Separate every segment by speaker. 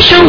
Speaker 1: 生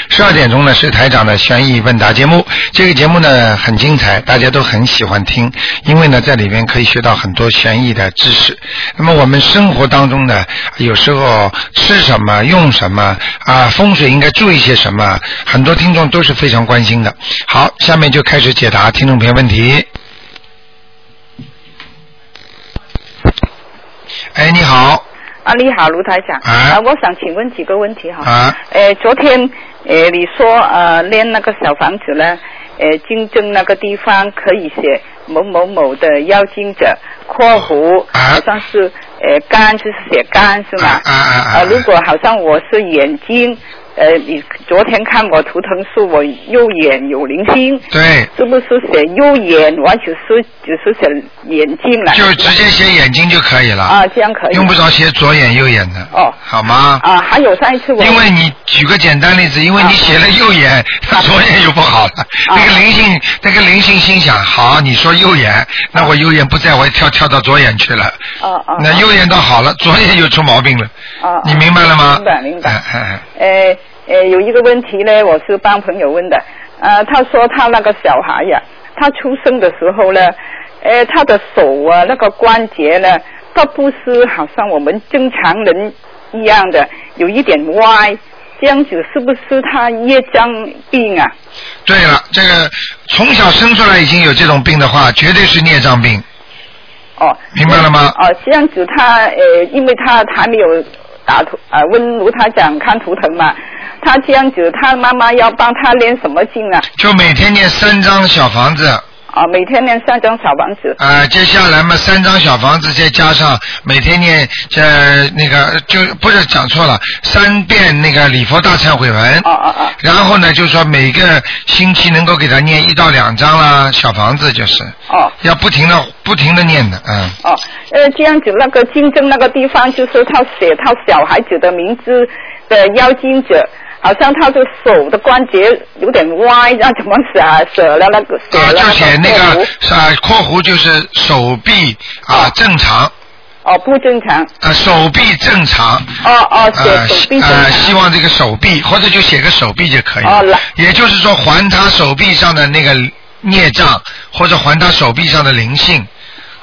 Speaker 2: 十二点钟呢，是台长的悬疑问答节目。这个节目呢很精彩，大家都很喜欢听，因为呢在里面可以学到很多悬疑的知识。那么我们生活当中呢，有时候吃什么、用什么啊，风水应该注意些什么，很多听众都是非常关心的。好，下面就开始解答听众朋友问题。哎，你好，
Speaker 3: 啊，你好，卢台长。
Speaker 2: 啊
Speaker 3: 我想请问几个问题哈。
Speaker 2: 啊，
Speaker 3: 呃，昨天呃，你说呃，练那个小房子呢，呃，经正那个地方可以写某某某的妖精者（括弧），
Speaker 2: 啊
Speaker 3: 好像是呃肝就是写肝是吗？
Speaker 2: 啊啊啊啊
Speaker 3: 呃如果好像我是眼睛，呃，你昨天看我图腾是我右眼有灵性，
Speaker 2: 对，
Speaker 3: 是不是写右眼？我只是只是写眼睛了。
Speaker 2: 就直接写眼睛就可以了。
Speaker 3: 啊，这样可 以。
Speaker 2: 用不着写左眼右眼的，
Speaker 3: 哦
Speaker 2: 好吗？
Speaker 3: 啊，还有上一次我啊
Speaker 2: 因为你举个简单例子，因为你写了右眼， 他、左眼就不好了。那个灵性，那个灵性心想，好，你说右
Speaker 3: 啊
Speaker 2: 眼，那我右眼不在，我跳跳到左眼去了。
Speaker 3: 哦哦，
Speaker 2: 那右眼倒好了，左眼又出毛病了。
Speaker 3: 哦
Speaker 2: 你明白了吗？
Speaker 3: 明白明白
Speaker 2: 哎哎哎
Speaker 3: 呃呃，有一个问题呢，我是帮朋友问的。呃，他说他那个小孩呀、他出生的时候呢，呃，他的手啊那个关节呢，它不是好像我们正常人一样的，有一点歪，这样子是不是他业障病啊？
Speaker 2: 对了，这个从小生出来已经有这种病的话，绝对是孽障病。
Speaker 3: 哦，
Speaker 2: 明白了吗
Speaker 3: 哦，这样子他呃，因为他还没有打图啊、问卢台长看图腾嘛，他这样子，他妈妈要帮他练什么经啊？
Speaker 2: 就每天念三张小房子，
Speaker 3: 啊，每天练三张小房子。
Speaker 2: 啊、接下来嘛，三张小房子，再加上每天念这那个，就不是讲错了，三遍那个礼佛大忏悔文。
Speaker 3: 哦哦哦
Speaker 2: 然后呢，就说每个星期能够给他念一到两张啦，小房子就是
Speaker 3: 哦
Speaker 2: 要不停的、不停的念的，嗯，
Speaker 3: 哦，呃，这样子那个竞争那个地方，就是他写他小孩子的名字的妖精者，好像他的手的关节有点歪，那怎么写啊？写了那个写
Speaker 2: 啊，
Speaker 3: 了
Speaker 2: 就写那个
Speaker 3: 个
Speaker 2: 啊，括弧就是手臂啊正常，
Speaker 3: 哦不正常，
Speaker 2: 啊手臂正常，
Speaker 3: 哦哦
Speaker 2: 呃
Speaker 3: 写手臂正常。
Speaker 2: 呃，希望这个手臂或者就写个手臂就可以了。
Speaker 3: 哦来
Speaker 2: 也就是说，还他手臂上的那个孽障，或者还他手臂上的灵性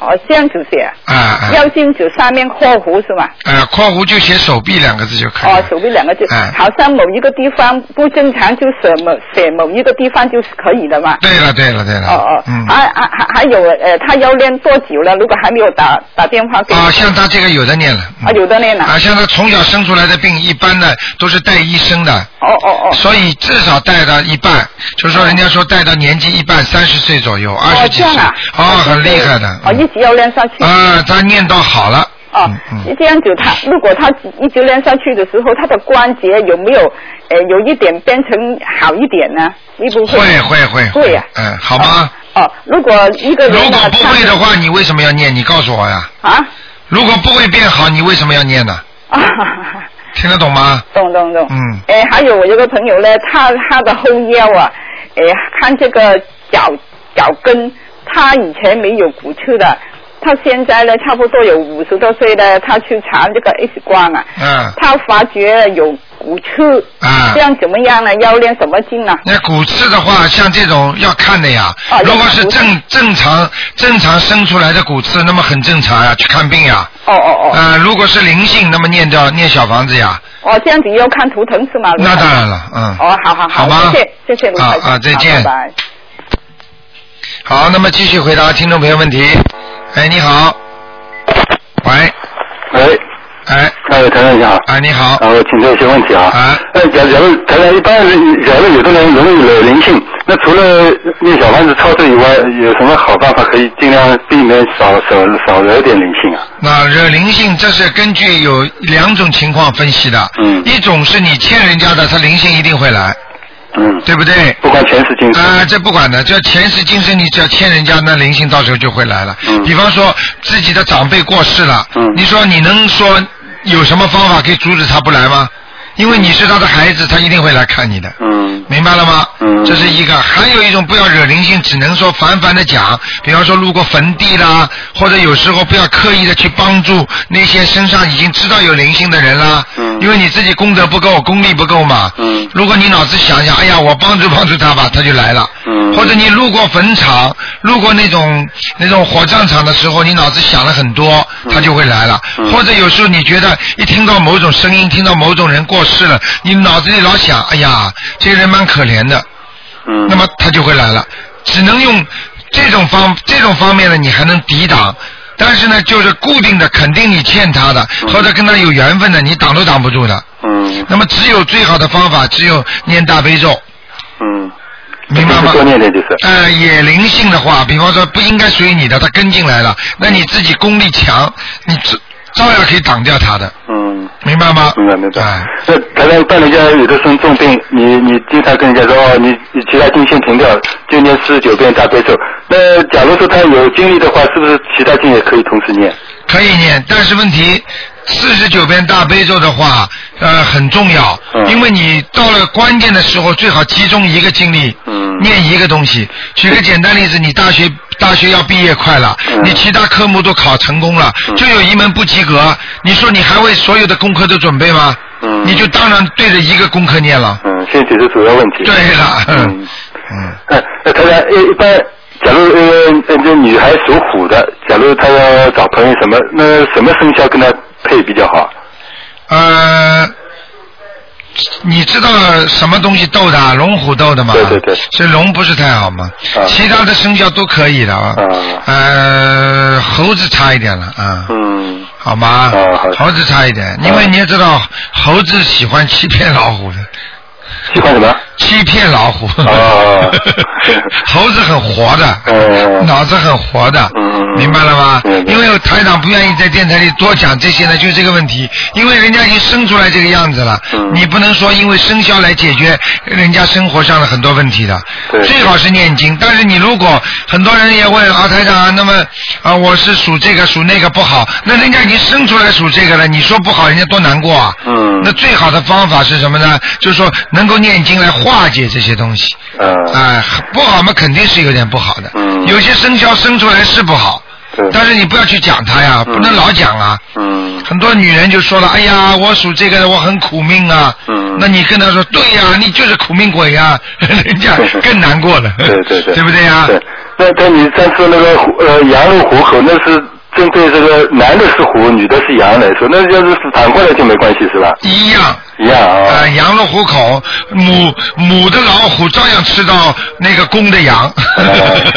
Speaker 3: 哦，这样子写啊。
Speaker 2: 啊啊
Speaker 3: 妖精子上面括弧是吧？
Speaker 2: 啊！括弧就写手臂两个字就可以了。
Speaker 3: 哦，手臂两个字，
Speaker 2: 嗯
Speaker 3: 好像某一个地方不正常，就写某写某一个地方就是可以的嘛。
Speaker 2: 对了对了对了。
Speaker 3: 哦哦，
Speaker 2: 嗯。
Speaker 3: 还还还还有呃，他要练多久了？如果还没有打打电话给我
Speaker 2: 啊，像他这个有的念了。嗯
Speaker 3: 啊，有的练了。
Speaker 2: 啊，像他从小生出来的病，一般呢都是带医生的，
Speaker 3: 哦哦哦，
Speaker 2: 所以至少带到一半，就是说人家说带到年纪一半，三十岁左右，二
Speaker 3: 哦
Speaker 2: 十几
Speaker 3: 这
Speaker 2: 岁，
Speaker 3: 样啊，
Speaker 2: 哦，很厉害的。
Speaker 3: 哦，一直要练下去。
Speaker 2: 啊，他念到好了。
Speaker 3: 哦
Speaker 2: 嗯，嗯
Speaker 3: 这样子他如果他一直练下去的时候，他的关节有没有呃有一点变成好一点呢？你不会？
Speaker 2: 会会会
Speaker 3: 会呀
Speaker 2: 嗯，好吗？
Speaker 3: 哦，如果一个人
Speaker 2: 如
Speaker 3: 呢
Speaker 2: 果不会的话，你为什么要念？你告诉我呀。
Speaker 3: 他啊
Speaker 2: 如果不会变好，你为什么要念呢？
Speaker 3: 啊，
Speaker 2: 听得懂吗？
Speaker 3: 懂懂懂。
Speaker 2: 嗯
Speaker 3: 哎，还有我有个朋友呢，他他的后腰啊，哎，看这个脚脚跟，他以前没有骨刺的，他现在呢，差不多有五十多岁了，他去查这个 X 光啊，
Speaker 2: 嗯
Speaker 3: 他发觉有骨刺，
Speaker 2: 啊
Speaker 3: 这。样怎么样呢？要练什么啊经呢？
Speaker 2: 那骨刺的话，像这种要看的呀
Speaker 3: 哦。
Speaker 2: 如果
Speaker 3: 要看
Speaker 2: 是
Speaker 3: 骨刺
Speaker 2: 正正常正常生出来的骨刺，那么很正常呀，去看病呀。
Speaker 3: 哦哦哦，
Speaker 2: 呃，如果是灵性，那么念掉念小房子呀。
Speaker 3: 哦，这样子要看图腾是吗？
Speaker 2: 那当然了，嗯。
Speaker 3: 哦，好好
Speaker 2: 好吧
Speaker 3: 谢谢谢谢卢
Speaker 2: 啊
Speaker 3: 台长
Speaker 2: 啊再见
Speaker 3: 好拜拜。
Speaker 2: 好，那么继续回答听众朋友问题。哎，你好。喂，
Speaker 4: 喂，
Speaker 2: 哎，
Speaker 4: 那位台长你好，
Speaker 2: 哎，你好。
Speaker 4: 啊，我请教一些问题啊。
Speaker 2: 啊
Speaker 4: 那假假如台长一般人，假如有的人容易有灵性，那除了念小房子操作以外，有什么好办法可以尽量避免少少少惹点灵性啊？
Speaker 2: 那惹灵性，这是根据有两种情况分析的。
Speaker 4: 嗯
Speaker 2: 一种是你欠人家的，他灵性一定会来。
Speaker 4: 嗯，
Speaker 2: 对不对？
Speaker 4: 不管前世今生。
Speaker 2: 啊、这不管的，这前世今生你只要欠人家，那灵性到时候就会来了。
Speaker 4: 嗯
Speaker 2: 比方说自己的长辈过世了，
Speaker 4: 嗯
Speaker 2: 你说你能说有什么方法可以阻止他不来吗？因为你是他的孩子，他一定会来看你的。
Speaker 4: 嗯
Speaker 2: 明白了吗？
Speaker 4: 嗯
Speaker 2: 这是一个。还有一种不要惹灵性，只能说泛泛的讲，比方说路过坟地啦，或者有时候不要刻意的去帮助那些身上已经知道有灵性的人啦。
Speaker 4: 嗯
Speaker 2: 因为你自己功德不够，功力不够嘛。
Speaker 4: 嗯
Speaker 2: 如果你脑子想想，哎呀，我帮助帮助他吧，他就来了。
Speaker 4: 嗯
Speaker 2: 或者你路过坟场，路过那种那种火葬场的时候，你脑子想了很多，他就会来了。
Speaker 4: 嗯
Speaker 2: 或者有时候你觉得一听到某种声音，听到某种人过世了，你脑子里老想，哎呀，这个人蛮可怜的，
Speaker 4: 嗯。
Speaker 2: 那么他就会来了。只能用这种方这种方面呢，你还能抵挡。但是呢，就是固定的，肯定你欠他的，
Speaker 4: 嗯
Speaker 2: 或者跟他有缘分的，你挡都挡不住的。
Speaker 4: 嗯
Speaker 2: 那么只有最好的方法，只有念大悲咒，
Speaker 4: 嗯，
Speaker 2: 明白
Speaker 4: 就是
Speaker 2: 吗？
Speaker 4: 多念点就是。
Speaker 2: 呃，也灵性的话，比方说不应该属于你的，他跟进来了，那你自己功力强，你照照样可以挡掉他的，
Speaker 4: 嗯。
Speaker 2: 明白吗？
Speaker 4: 明白明白
Speaker 2: 哎。
Speaker 4: 那台长帮人家有的生重病，你你经常跟人家说哦，你你其他经线停掉，就念四十九遍大悲咒。那假如说他有精力的话，是不是其他经也可以同时念？
Speaker 2: 可以念，但是问题，四十九遍大悲咒的话，呃，很重要，
Speaker 4: 嗯
Speaker 2: 因为你到了关键的时候，最好集中一个精力，
Speaker 4: 嗯
Speaker 2: 念一个东西。举个简单例子，你大学大学要毕业快了，
Speaker 4: 嗯
Speaker 2: 你其他科目都考成功了，
Speaker 4: 嗯
Speaker 2: 就有一门不及格，你说你还为所有的功课都准备吗？
Speaker 4: 嗯
Speaker 2: 你就当然对着一个功课念了。
Speaker 4: 嗯，先解决主要问题。
Speaker 2: 对了，
Speaker 4: 嗯。
Speaker 2: 嗯，
Speaker 4: 呃，呃台长，一一般，假如呃呃这女孩属虎的，假如她要找朋友什么，那什么生肖跟她配比较好？
Speaker 2: 呃，你知道什么东西斗的啊？龙虎斗的吗？
Speaker 4: 对对对
Speaker 2: 所以龙不是太好嘛，
Speaker 4: 啊
Speaker 2: 其他的生肖都可以的啊。
Speaker 4: 啊
Speaker 2: 呃，猴子差一点了啊。
Speaker 4: 嗯
Speaker 2: 好吗？
Speaker 4: 啊好
Speaker 2: 猴子差一点，因为你也知道，猴子喜欢欺骗老虎的，
Speaker 4: 喜欢什么？
Speaker 2: 欺骗老虎。
Speaker 4: 哦
Speaker 2: 猴子很活的，
Speaker 4: 嗯
Speaker 2: 脑子很活的，
Speaker 4: 嗯
Speaker 2: 明白了吗？
Speaker 4: 明白
Speaker 2: 因为台长不愿意在电台里多讲这些呢，就是这个问题，因为人家已经生出来这个样子了，
Speaker 4: 嗯
Speaker 2: 你不能说因为生肖来解决人家生活上的很多问题的。
Speaker 4: 对
Speaker 2: 最好是念经，但是你如果很多人也问啊，台长啊，那么啊，我是属这个属那个不好，那人家已经生出来属这个了，你说不好，人家多难过啊。
Speaker 4: 嗯
Speaker 2: 那最好的方法是什么呢？就是说能够念经来化解这些东西。
Speaker 4: 呃，
Speaker 2: 哎，不好嘛，肯定是有点不好的。
Speaker 4: 嗯
Speaker 2: 有些生肖生出来是不好，
Speaker 4: 对，
Speaker 2: 但是你不要去讲它呀，
Speaker 4: 嗯
Speaker 2: 不能老讲啊。
Speaker 4: 嗯
Speaker 2: 很多女人就说了，哎呀，我属这个的，我很苦命啊。
Speaker 4: 嗯
Speaker 2: 那你跟她说，对呀、你就是苦命鬼呀、 人家更难过 了。
Speaker 4: 对 对对，
Speaker 2: 对不对呀、
Speaker 4: 对，那那你上次那个虎呃羊肉虎口，那是针对这个男的是虎，女的是羊来说，那要是反过来就没关系是吧？
Speaker 2: 一样。
Speaker 4: 一样
Speaker 2: 啊、
Speaker 4: 啊。
Speaker 2: 羊入虎口，母母的老虎照样吃到那个公的 羊，
Speaker 4: 哎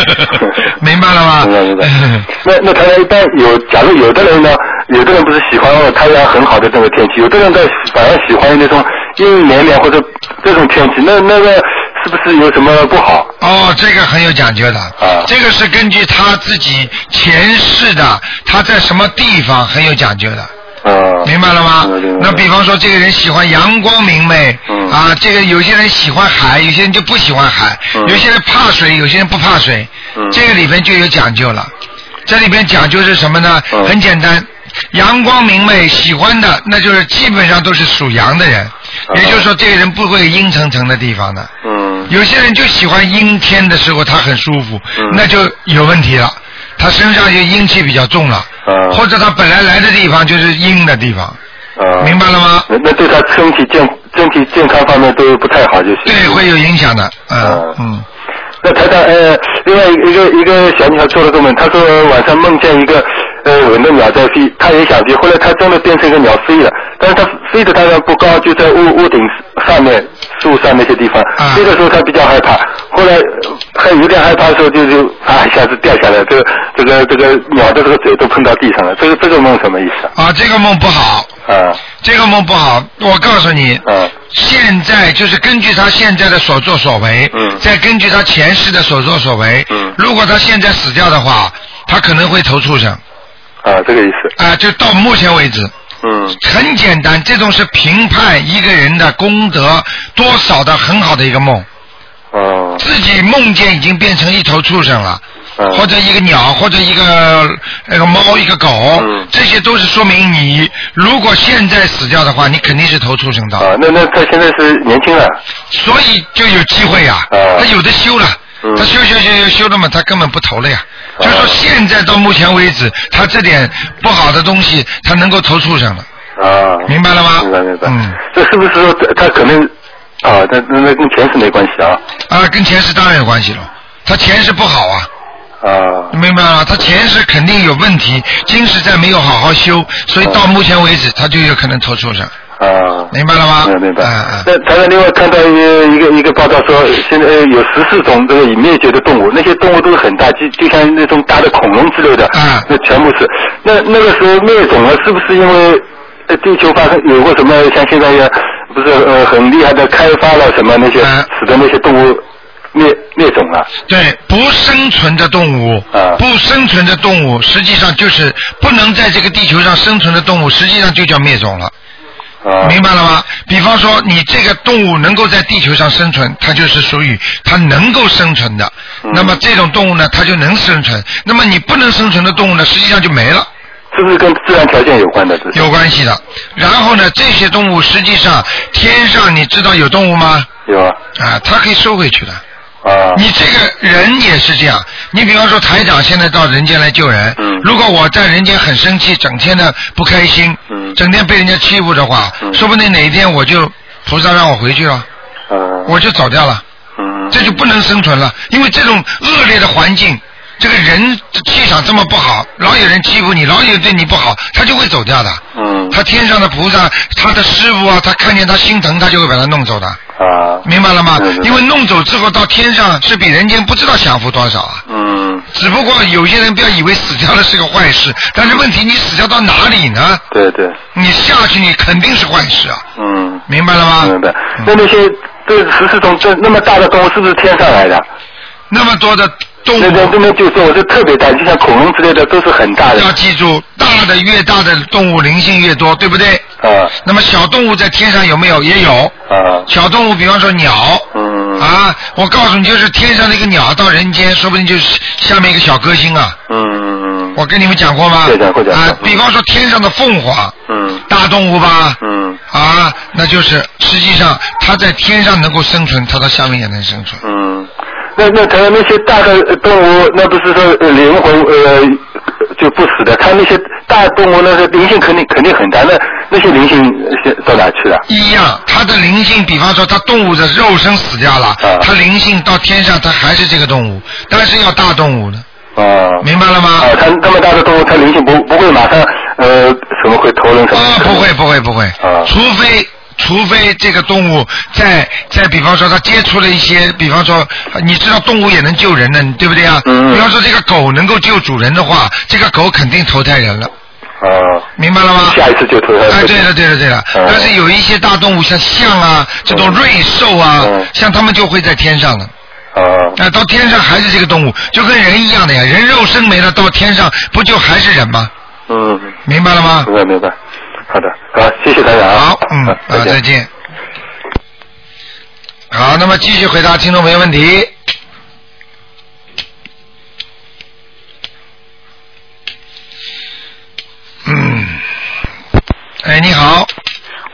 Speaker 2: 明白了吗？
Speaker 4: 明白 明白。那那他一般有，假如有的人呢，有的人不是喜欢哦太阳很好的这个天气，有的人倒反而喜欢那种阴凉凉或者这种天气，那那个是不是有什么不好？
Speaker 2: 哦，这个很有讲究的。
Speaker 4: 啊
Speaker 2: 这个是根据他自己前世的，他在什么地方很有讲究的，
Speaker 4: 嗯，
Speaker 2: 明白了吗
Speaker 4: 明白明？白
Speaker 2: 那比方说，这个人喜欢阳光明媚，
Speaker 4: 嗯
Speaker 2: 啊，这个有些人喜欢海，有些人就不喜欢海，
Speaker 4: 嗯
Speaker 2: 有些人怕水，有些人不怕水，
Speaker 4: 嗯
Speaker 2: 这个里边就有讲究了。这里边讲究是什么呢？
Speaker 4: 嗯
Speaker 2: 很简单，阳光明媚，喜欢的那就是基本上都是属羊的人，也就是说，这个人不会有阴沉沉的地方的。
Speaker 4: 嗯
Speaker 2: 有些人就喜欢阴天的时候，他很舒服，
Speaker 4: 嗯
Speaker 2: 那就有问题了，他身上就阴气比较重了，
Speaker 4: 嗯
Speaker 2: 或者他本来来的地方就是阴的地方，
Speaker 4: 嗯，
Speaker 2: 明白了吗？
Speaker 4: 那那对他身体健身体健康方面都不太好，就是。
Speaker 2: 对，会有影响的，嗯
Speaker 4: 嗯
Speaker 2: 嗯，
Speaker 4: 那台长， 呃，另外一个一个小女孩做了个梦，她说晚上梦见一个呃我们的鸟在飞，她也想飞，后来她真的变成一个鸟飞了，但是她飞的当然不高，就在屋屋顶上面树上那些地方
Speaker 2: 啊，
Speaker 4: 飞的时候她比较害怕，后来呃还有点害怕的时候就就啊一下子掉下来，这个这个这个鸟的这个嘴都碰到地上了，这个这个梦什么意思啊？
Speaker 2: 啊，这个梦不好，
Speaker 4: 啊
Speaker 2: 这个梦不好，我告诉你，
Speaker 4: 啊
Speaker 2: 现在就是根据他现在的所作所为，
Speaker 4: 嗯
Speaker 2: 再根据他前世的所作所为，
Speaker 4: 嗯
Speaker 2: 如果他现在死掉的话，他可能会投畜生，
Speaker 4: 啊，这个意思，
Speaker 2: 啊、就到目前为止，
Speaker 4: 嗯
Speaker 2: 很简单，这种是评判一个人的功德多少的很好的一个梦。
Speaker 4: 哦，
Speaker 2: 自己梦见已经变成一头畜生了，
Speaker 4: 嗯
Speaker 2: 或者一个鸟，或者一个那个猫，一个狗
Speaker 4: 嗯，
Speaker 2: 这些都是说明你如果现在死掉的话，你肯定是头畜生道。
Speaker 4: 啊，那那他现在是年轻人，
Speaker 2: 所以就有机会呀、
Speaker 4: 啊
Speaker 2: 他有的修了。
Speaker 4: 嗯
Speaker 2: 他修修修修修了嘛，他根本不投了呀。
Speaker 4: 啊
Speaker 2: 就说现在到目前为止，他这点不好的东西，他能够投畜生了。
Speaker 4: 啊，
Speaker 2: 明白了吗
Speaker 4: 明白明白，
Speaker 2: 嗯，
Speaker 4: 这是不是说他他可能啊，那那那跟钱是没关系啊
Speaker 2: 啊，跟前世当然有关系了。他前世不好啊，
Speaker 4: 啊
Speaker 2: 你明白吗？他前世肯定有问题，今世再没有好好修，所以到目前为止，他就有可能投畜生，
Speaker 4: 啊，
Speaker 2: 明白了吗？
Speaker 4: 明白明白
Speaker 2: 嗯。嗯
Speaker 4: 那台长，另外看到一个一个一个报道说，现在呃有十四种这个已灭绝的动物，那些动物都是很大，就就像那种大的恐龙之类的，
Speaker 2: 嗯
Speaker 4: 那全部是。那那个时候灭种了，是不是因为呃地球发生有过什么像现在也不是呃很厉害的开发了什么那些，
Speaker 2: 嗯
Speaker 4: 使得那些动物灭灭种了？
Speaker 2: 对，不生存的动物
Speaker 4: 啊，
Speaker 2: 不生存的动物，实际上就是不能在这个地球上生存的动物，实际上就叫灭种了。
Speaker 4: 啊，
Speaker 2: 明白了吗？比方说，你这个动物能够在地球上生存，它就是属于它能够生存的。
Speaker 4: 嗯
Speaker 2: 那么这种动物呢，它就能生存。那么你不能生存的动物呢，实际上就没了，
Speaker 4: 是不是跟自然条件有关的？这是
Speaker 2: 有关系的。然后呢，这些动物实际上天上你知道有动物吗？
Speaker 4: 有啊
Speaker 2: 啊，它可以收回去的。
Speaker 4: 啊
Speaker 2: 你这个人也是这样，你比方说台长现在到人间来救人，
Speaker 4: 嗯
Speaker 2: 如果我在人间很生气，整天的不开心，
Speaker 4: 嗯
Speaker 2: 整天被人家欺负的话，
Speaker 4: 嗯
Speaker 2: 说不定哪一天我就菩萨让我回去了，
Speaker 4: 啊
Speaker 5: 嗯
Speaker 2: 我就走掉了，
Speaker 4: 嗯
Speaker 2: 这就不能生存了，因为这种恶劣的环境，这个人气场这么不好，老有人欺负你，老有人对你不好，他就会走掉的。
Speaker 4: 嗯
Speaker 2: 他天上的菩萨，他的师傅啊，他看见他心疼，他就会把他弄走的。
Speaker 4: 啊
Speaker 2: 明白了吗
Speaker 4: 对对？对
Speaker 2: 因为弄走之后到天上是比人间不知道享福多少啊。
Speaker 4: 嗯
Speaker 2: 只不过有些人不要以为死掉了是个坏事，但是问题你死掉到哪里呢？
Speaker 4: 对对
Speaker 2: 你下去你肯定是坏事啊，
Speaker 4: 嗯。
Speaker 2: 明白了吗？
Speaker 4: 明白。那
Speaker 2: 嗯
Speaker 4: 那些这十四种这那么大的动物是不是天上来的？
Speaker 2: 那么多的动
Speaker 4: 那那
Speaker 2: 物
Speaker 4: 那那就是我是特别大，就像恐龙之类的都是很大的
Speaker 2: 要记住，大的越大的动物灵性越多，对不对？
Speaker 4: 啊
Speaker 2: 那么小动物在天上有没有？也有。
Speaker 4: 啊
Speaker 2: 小动物，比方说鸟。
Speaker 4: 嗯
Speaker 2: 啊，我告诉你，就是天上的一个鸟到人间，说不定就是下面一个小歌星啊。
Speaker 4: 嗯
Speaker 2: 我跟你们讲过吗？
Speaker 4: 对讲过讲过
Speaker 2: 啊，比方说天上的凤凰，
Speaker 4: 嗯
Speaker 2: 大动物吧，
Speaker 4: 嗯
Speaker 2: 啊，那就是实际上它在天上能够生存，它到下面也能生存。
Speaker 4: 嗯。那那它那些大的呃动物，那不是说呃灵魂呃就不死的，它那些大动物那个灵性肯定肯定很大，那那些灵性呃现到哪去了？
Speaker 2: 一样，它的灵性，比方说它动物的肉身死掉了，
Speaker 4: 啊
Speaker 2: 它灵性到天上，它还是这个动物，但是要大动物的，
Speaker 4: 啊
Speaker 2: 明白了吗？
Speaker 4: 啊，它那么大的动物，它灵性不不会马上呃什么会投人什么？
Speaker 2: 啊，不会不会不会，
Speaker 4: 啊
Speaker 2: 除非除非这个动物在在，比方说它接触了一些，比方说呃你知道动物也能救人的，对不对啊？
Speaker 4: 嗯
Speaker 2: 比方说这个狗能够救主人的话，这个狗肯定投胎人了，
Speaker 4: 啊。
Speaker 2: 明白了吗？
Speaker 4: 下一次就投胎。
Speaker 2: 哎，对了对了对了，
Speaker 4: 嗯
Speaker 2: 但是有一些大动物，像象啊，这种瑞兽啊
Speaker 4: 嗯，
Speaker 2: 像它们就会在天上的，
Speaker 4: 啊
Speaker 2: 啊，到天上还是这个动物，就跟人一样的呀，人肉身没了，到天上不就还是人吗？
Speaker 4: 嗯，
Speaker 2: 明白了吗？
Speaker 4: 明白明白。好的，好，谢谢大家啊。
Speaker 2: 好，嗯，
Speaker 4: 好
Speaker 2: 啊，再。见。好，那么继续回答听众朋友问题。嗯，哎，你好，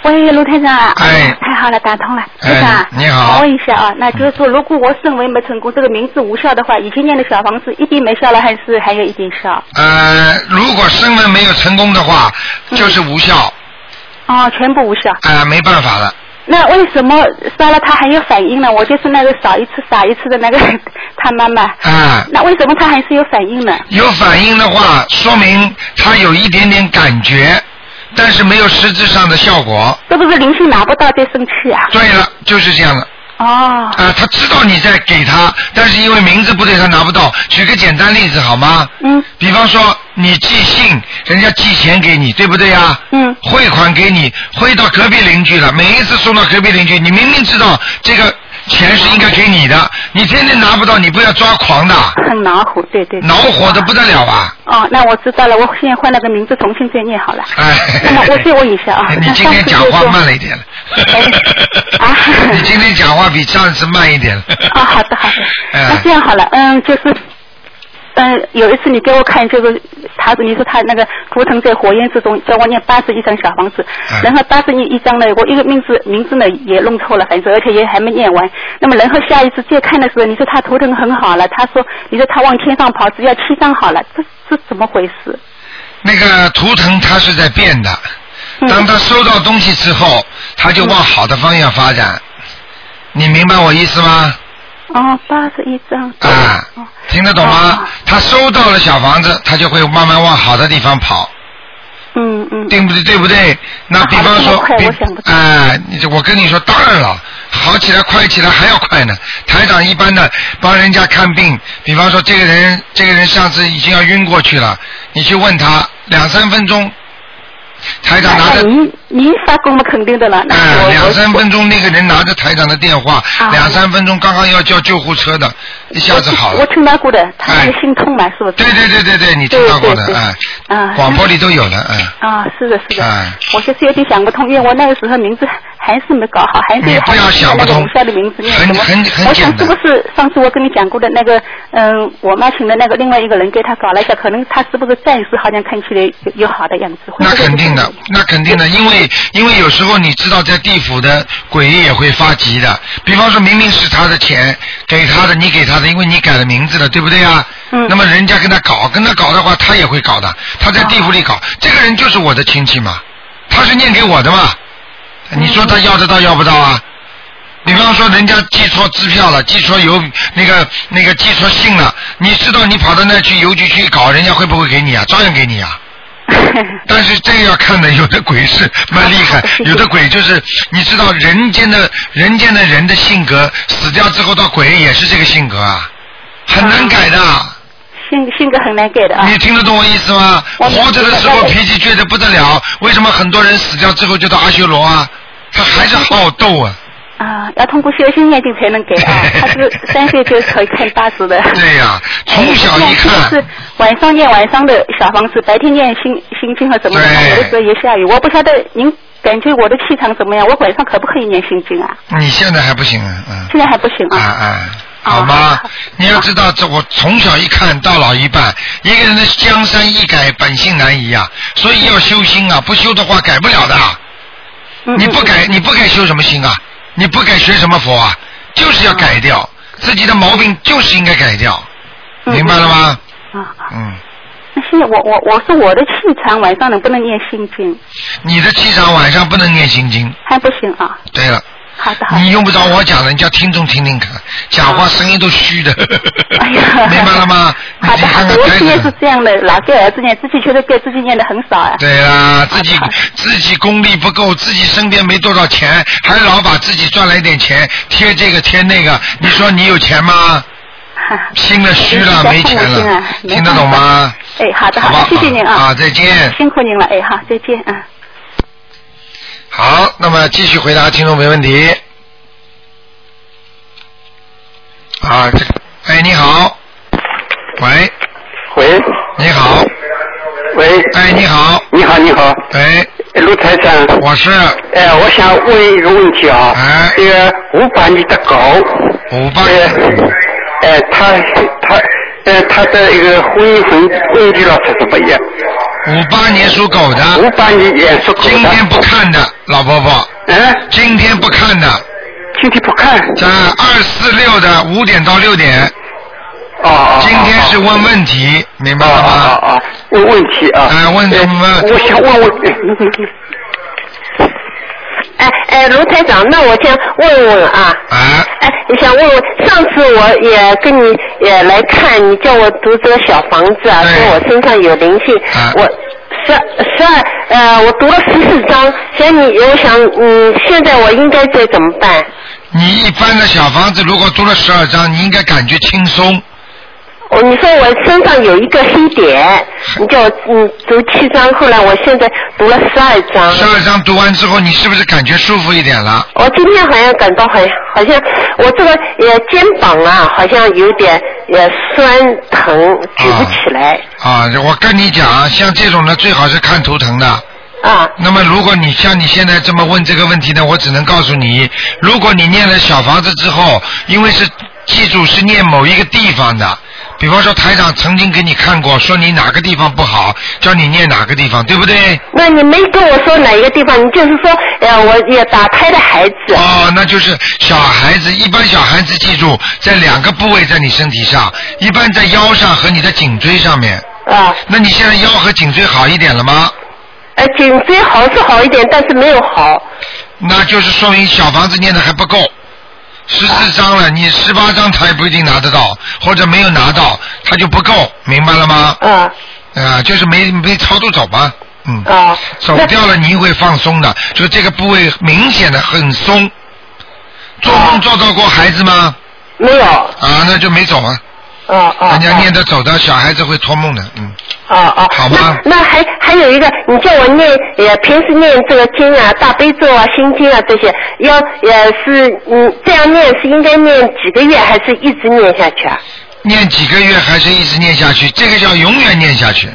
Speaker 6: 喂，卢台长啊，
Speaker 2: 哎
Speaker 6: 太好了，打通了，
Speaker 2: 哎
Speaker 6: 台长啊，
Speaker 2: 你好
Speaker 6: 我问一下啊，那就是说，如果我升为没成功，这个名字无效的话，以前念的小房子一点没效了，还是还有一点效？
Speaker 2: 呃，如果升温没有成功的话，就是无效，
Speaker 6: 哦，全部无效。
Speaker 2: 啊、没办法了。
Speaker 6: 那为什么烧了它还有反应呢？我就是那个少一次撒一次的那个他妈妈，
Speaker 2: 啊、
Speaker 6: 那为什么它还是有反应呢？
Speaker 2: 有反应的话，说明他有一点点感觉，但是没有实质上的效果。
Speaker 6: 是不是灵性拿不到再生气啊？
Speaker 2: 对了，就是这样的。
Speaker 6: 哦，
Speaker 2: 啊，他知道你在给他，但是因为名字不对，他拿不到。举个简单例子好吗？
Speaker 6: 嗯
Speaker 2: 比方说，你寄信，人家寄钱给你，对不对呀？
Speaker 6: 嗯
Speaker 2: 汇款给你，汇到隔壁邻居了。每一次送到隔壁邻居，你明明知道这个钱是应该给你的，你天天拿不到，你不要抓狂的，
Speaker 6: 很恼火，对对。对
Speaker 2: 恼火的不得了啊！
Speaker 6: 哦，那我知道了，我现在换了个名字，重新再念好了。
Speaker 2: 哎， ，
Speaker 6: 那么我再问一下啊
Speaker 2: 你今天讲话慢了一点了
Speaker 6: 哎啊。
Speaker 2: 你今天讲话比上次慢一点了。
Speaker 6: 啊，好的好的，
Speaker 2: 哎
Speaker 6: 那这样好了，嗯，就是，嗯，有一次你给我看，就是他你说他那个图腾在火焰之中，叫我念八十一张小房子，
Speaker 2: 嗯
Speaker 6: 然后八十一张呢，我一个名字名字呢也弄错了，反正而且也还没念完。那么然后下一次再看的时候，你说他图腾很好了，他说你说他往天上跑，只要七张好了，这这怎么回事？
Speaker 2: 那个图腾它是在变的，
Speaker 6: 嗯
Speaker 2: 当他收到东西之后，他就往好的方向发展。你明白我意思吗？
Speaker 6: 哦，八十一张。
Speaker 2: 啊
Speaker 6: 哦，
Speaker 2: 听得懂吗
Speaker 6: 哦？
Speaker 2: 他收到了小房子，他就会慢慢往好的地方跑，
Speaker 6: 嗯嗯。
Speaker 2: 对不对？对不对？那
Speaker 6: 那
Speaker 2: 比方
Speaker 6: 好
Speaker 2: 说
Speaker 6: 得这么快，
Speaker 2: 比
Speaker 6: 我想不到
Speaker 2: 哎，你这我跟你说，当然了，好起来快起来还要快呢。台长一般的帮人家看病，比方说这个人，这个人上次已经要晕过去了，你去问他两三分钟，台长拿
Speaker 6: 那
Speaker 2: 着。
Speaker 6: 您您发给我们肯定的了，那
Speaker 2: 哎、
Speaker 6: 我
Speaker 2: 两
Speaker 6: 我
Speaker 2: 三分钟，那个人拿着台长的电话，
Speaker 6: 啊
Speaker 2: 两三分钟刚刚要叫救护车的，一下子好
Speaker 6: 我
Speaker 2: 了。
Speaker 6: 听到过的，他那
Speaker 2: 哎
Speaker 6: 个心痛嘛，是不是？
Speaker 2: 对对对对对，你听到过的，
Speaker 6: 对对对
Speaker 2: 哎、
Speaker 6: 啊
Speaker 2: 广播里都有的，嗯、
Speaker 6: 啊，是的，是的，
Speaker 2: 哎
Speaker 6: 我就是有点想不通，因为我那个时候名字还是没搞好，还是
Speaker 2: 你不
Speaker 6: 还
Speaker 2: 要
Speaker 6: 是
Speaker 2: 想不
Speaker 6: 那个
Speaker 2: 通
Speaker 6: 武校的名字念
Speaker 2: 很
Speaker 6: 什么？
Speaker 2: 很很
Speaker 6: 我
Speaker 2: 简
Speaker 6: 想是
Speaker 2: 单
Speaker 6: 不是上次我跟你讲过的那个，嗯，我妈请的那个另外一个人给他搞了一下，可能他是不是暂时好像看起来有有好的样子？会不
Speaker 2: 那
Speaker 6: 会
Speaker 2: 肯定
Speaker 6: 是
Speaker 2: 的
Speaker 6: 这样，
Speaker 2: 那肯定的，因为因为有时候你知道，在地府的鬼也会发急的。比方说，明明是他的钱给他的，你给他的，因为你改了名字了，对不对啊？
Speaker 6: 嗯
Speaker 2: 那么人家跟他搞，跟他搞的话，他也会搞的。他在地府里搞，
Speaker 6: 哦
Speaker 2: 这个人就是我的亲戚嘛，他是念给我的嘛。
Speaker 6: 嗯
Speaker 2: 你说他要得到要不到啊？比方说，人家寄错支票了，寄错邮那个那个寄错信了，你知道你跑到那去邮局去搞，人家会不会给你啊？照样给你啊。但是这个要看的，有的鬼是蛮厉害，有的鬼就是你知道人间的人间的人的性格，死掉之后到鬼也是这个性格啊，很难改的。
Speaker 6: 性性格很难改的啊。
Speaker 2: 你听得懂我意思吗？
Speaker 6: 我明白
Speaker 2: 活着的时候脾气倔得不得了，为什么很多人死掉之后就到阿修罗啊？他还是好斗啊。。
Speaker 6: 啊，要通过修心念经才能改啊 他是三岁就可以看八十的。
Speaker 2: 对呀、哎从小一看。
Speaker 6: 哎是晚上念晚上的小房子，白天念心心经和怎么样？
Speaker 2: 对
Speaker 6: 有的时候也下雨，我不晓得您感觉我的气场怎么样？我晚上可不可以念心经啊？
Speaker 2: 你现在还不行啊，嗯。
Speaker 6: 现在还不行
Speaker 2: 啊
Speaker 6: 啊。
Speaker 2: 啊，
Speaker 6: 啊
Speaker 2: 好
Speaker 6: 好
Speaker 2: 吗
Speaker 6: 好？
Speaker 2: 你要知道，这我从小一看到老一半，一个人的江山易改，本性难移啊，所以要修心啊，不修的话改不了的。
Speaker 6: 嗯
Speaker 2: 你不。
Speaker 6: 嗯
Speaker 2: 改，你不改修什么心啊？你不改学什么佛啊？就是要改掉自己的毛病，就是应该改掉，
Speaker 6: 嗯
Speaker 2: 明白了吗？
Speaker 6: 嗯啊，啊
Speaker 2: 嗯，
Speaker 6: 那现在我我我是我的气场晚上能不能念心经？
Speaker 2: 你的气场晚上不能念心经。
Speaker 6: 还不行啊。
Speaker 2: 对了，
Speaker 6: 好的好
Speaker 2: 你
Speaker 6: 的。
Speaker 2: 用不着我讲了，你叫听众听听看，讲话声音都虚的，
Speaker 6: 哎呀
Speaker 2: 明白了吗？你
Speaker 6: 好的好
Speaker 2: 看看
Speaker 6: 的，我
Speaker 2: 台
Speaker 6: 现在
Speaker 2: 长
Speaker 6: 是这样的，老给儿子念，自己觉得给自己念的很少啊。
Speaker 2: 对啦，自己
Speaker 6: 好的
Speaker 2: 自己功力不够，自己身边没多少钱，还老把自己赚来点钱贴这个贴那 个，你说你有钱吗？
Speaker 6: 哈
Speaker 2: 心了虚了，
Speaker 6: 我
Speaker 2: 没
Speaker 6: 就是在
Speaker 2: 钱
Speaker 6: 痛心
Speaker 2: 了
Speaker 6: 啊，没
Speaker 2: 听得懂
Speaker 6: 办
Speaker 2: 吗？
Speaker 6: 哎，好的
Speaker 2: 好吧
Speaker 6: 好的，谢谢您
Speaker 2: 啊
Speaker 6: 啊，
Speaker 2: 再见
Speaker 6: 辛苦您了，哎，好，再见，嗯。
Speaker 2: 好，那么继续回答听众没问题。啊，这个，哎，你好，喂，
Speaker 4: 喂
Speaker 2: 你好，
Speaker 4: 喂，
Speaker 2: 哎，你好，
Speaker 4: 你好你好，
Speaker 2: 哎，
Speaker 4: 卢台长，
Speaker 2: 我是
Speaker 4: 哎，我想问一个问题啊
Speaker 2: 哎
Speaker 4: 这个五百米的狗，
Speaker 2: 五八，
Speaker 4: 呃，呃，他他呃他的一个婚姻婚婚姻老师怎么样？
Speaker 2: 五八年属狗的，
Speaker 4: 五百米也是狗
Speaker 2: 今
Speaker 4: 的，
Speaker 2: 天不看的，老伯伯，
Speaker 4: 嗯，
Speaker 2: 今天不看的，
Speaker 4: 今天不看，
Speaker 2: 在二四六的五点到六点，
Speaker 4: 哦哦，
Speaker 2: 今天是问问题，明白
Speaker 4: 啊
Speaker 2: 了
Speaker 4: 啊
Speaker 2: 吗？
Speaker 4: 啊，问问题啊，
Speaker 2: 哎问什么
Speaker 4: 呃我想问问，
Speaker 7: 哎哎，卢台长，那我想问问啊，
Speaker 2: 啊，
Speaker 7: 哎，你想问问，上次我也跟你也来看，你叫我读这个小房子啊，
Speaker 2: 对
Speaker 7: 说我身上有灵性，
Speaker 2: 啊
Speaker 7: 我十十二呃，我读了十四章，所以你我想，嗯，现在我应该再怎么办？
Speaker 2: 你一般的小房子如果租了十二张，你应该感觉轻松。
Speaker 7: 哦，你说我身上有一个黑点，你叫我嗯读七章，后来我现在读了十二章。
Speaker 2: 十二张读完之后，你是不是感觉舒服一点了？
Speaker 7: 我今天好像感到很，好像我这个呃肩膀啊，好像有点呃酸疼，举不起来。
Speaker 2: 啊啊，我跟你讲啊，像这种的最好是看图腾的，
Speaker 7: 啊，
Speaker 2: 那么，如果你像你现在这么问这个问题呢，我只能告诉你，如果你念了小房子之后，因为是记住是念某一个地方的，比方说台长曾经给你看过，说你哪个地方不好，叫你念哪个地方，对不对？
Speaker 7: 那你没跟我说哪一个地方，你就是说，呃，我也打胎的孩子，
Speaker 2: 哦，那就是小孩子，一般小孩子记住在两个部位在你身体上，一般在腰上和你的颈椎上面。
Speaker 7: 啊，
Speaker 2: 那你现在腰和颈椎好一点了吗？
Speaker 7: 呃，颈椎好是好一点，但是没有好，
Speaker 2: 那就是说明小房子念的还不够，十四张了，你十八张他也不一定拿得到，或者没有拿到，他就不够，明白了吗？
Speaker 7: 啊
Speaker 2: 啊，就是没没超度走吧，嗯，
Speaker 7: 啊，
Speaker 2: 走掉了你会放松的，就这个部位明显的很松。做梦做到过孩子吗？
Speaker 7: 哦没有，
Speaker 2: 啊，那就没走啊，
Speaker 7: 啊啊，
Speaker 2: 人家
Speaker 7: 啊
Speaker 2: 念得走的小孩子会托梦的，嗯，
Speaker 7: 哦哦，
Speaker 2: 好吗
Speaker 7: 那那还还有一个，你叫我念，呃，平时念这个经啊、大悲咒啊、心经啊这些，要呃是嗯这样念是应该念几个月，还是一直念下去啊？
Speaker 2: 念几个月还是一直念下去，这个叫永远念下去。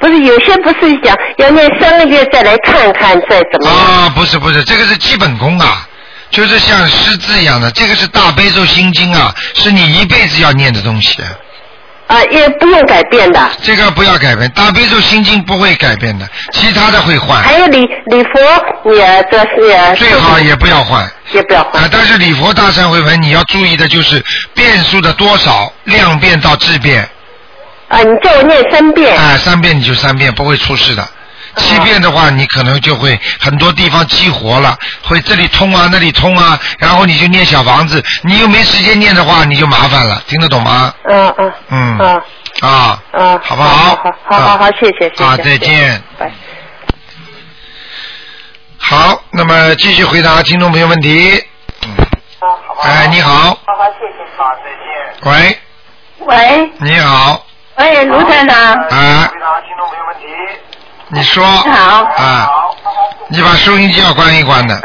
Speaker 7: 不是有些不是讲要念三个月再来看看再怎么样？
Speaker 2: 啊，不是不是，这个是基本功啊，就是像识字一样的，这个是大悲咒心经啊，是你一辈子要念的东西，
Speaker 7: 啊，也不用改变的，
Speaker 2: 这个不要改变。大悲咒心经不会改变的，其他的会换，
Speaker 7: 还有礼礼佛也这是也
Speaker 2: 最好也不要换啊、
Speaker 7: 也不要换
Speaker 2: 但是礼佛大忏悔文你要注意的就是变数的多少，量变到质变，
Speaker 7: 啊，你叫我念三遍哦
Speaker 2: 啊、三遍你就三遍，不会出事的。七遍的话，你可能就会很多地方激活了，会这里通啊，那里通啊，然后你就念小房子，你又没时间念的话，你就麻烦了，听得懂吗？
Speaker 7: 嗯嗯
Speaker 2: 嗯
Speaker 7: 啊
Speaker 2: 啊，
Speaker 8: 嗯
Speaker 7: 啊，
Speaker 2: 好不
Speaker 7: 好？
Speaker 2: 好
Speaker 7: 好？好好好，谢谢谢谢，
Speaker 2: 啊，
Speaker 7: 谢
Speaker 2: 再
Speaker 7: 谢，
Speaker 2: 见。
Speaker 7: 拜。
Speaker 2: 好，那么继续回答听众朋友问题。嗯哎，你好，
Speaker 8: 好好，谢谢。好，再见。
Speaker 2: 喂，
Speaker 8: 喂，
Speaker 2: 你好，
Speaker 8: 喂，哎卢台长。
Speaker 2: 啊
Speaker 8: 回答听众朋友问题。
Speaker 2: 你说。
Speaker 8: 好
Speaker 2: 啊，你把收音机要关一关的。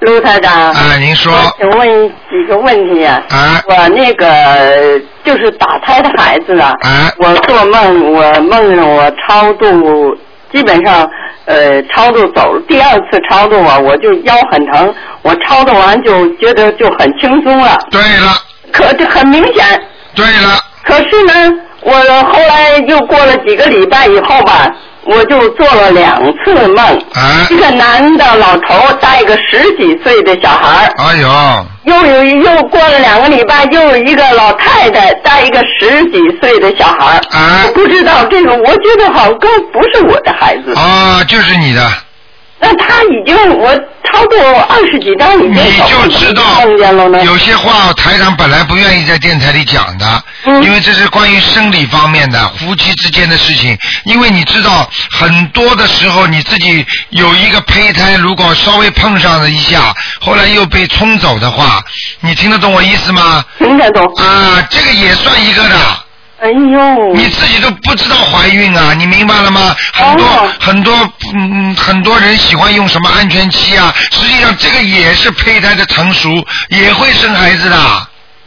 Speaker 8: 卢台长。
Speaker 2: 啊，您说。
Speaker 8: 我请问几个问题啊？
Speaker 2: 啊
Speaker 8: 我那个就是打胎的孩子啊，
Speaker 2: 啊
Speaker 8: 我做梦，我梦着我超度，基本上呃超度走了，第二次超度啊，我就腰很疼，我超度完就觉得就很轻松了，
Speaker 2: 对了，
Speaker 8: 可这很明显
Speaker 2: 对了，
Speaker 8: 可是呢，我后来又过了几个礼拜以后吧，我就做了两次梦。
Speaker 2: 啊
Speaker 8: 一，个男的老头儿带个十几岁的小孩儿，
Speaker 2: 哎呦，
Speaker 8: 又有又过了两个礼拜，又有一个老太太带一个十几岁的小孩儿。
Speaker 2: 啊
Speaker 8: 我不知道这个，我觉得好像不是我的孩子。
Speaker 2: 啊，就是你的，
Speaker 8: 那他已经我超过二十几张，已经
Speaker 2: 你
Speaker 8: 走
Speaker 2: 就
Speaker 8: 了
Speaker 2: 知道
Speaker 8: 梦嗯见了呢。
Speaker 2: 有些话台长本来不愿意在电台里讲的，
Speaker 8: 嗯
Speaker 2: 因为这是关于生理方面的夫妻之间的事情。因为你知道，很多的时候你自己有一个胚胎，如果稍微碰上了一下，后来又被冲走的话，你听得懂我意思吗？
Speaker 8: 听得懂？
Speaker 2: 啊，这个也算一个的。
Speaker 8: 哎呦，
Speaker 2: 你自己都不知道怀孕啊，你明白了吗？很多、
Speaker 8: 哦
Speaker 2: 很多嗯，很多人喜欢用什么安全期啊，实际上这个也是胚胎的成熟，也会生孩子的。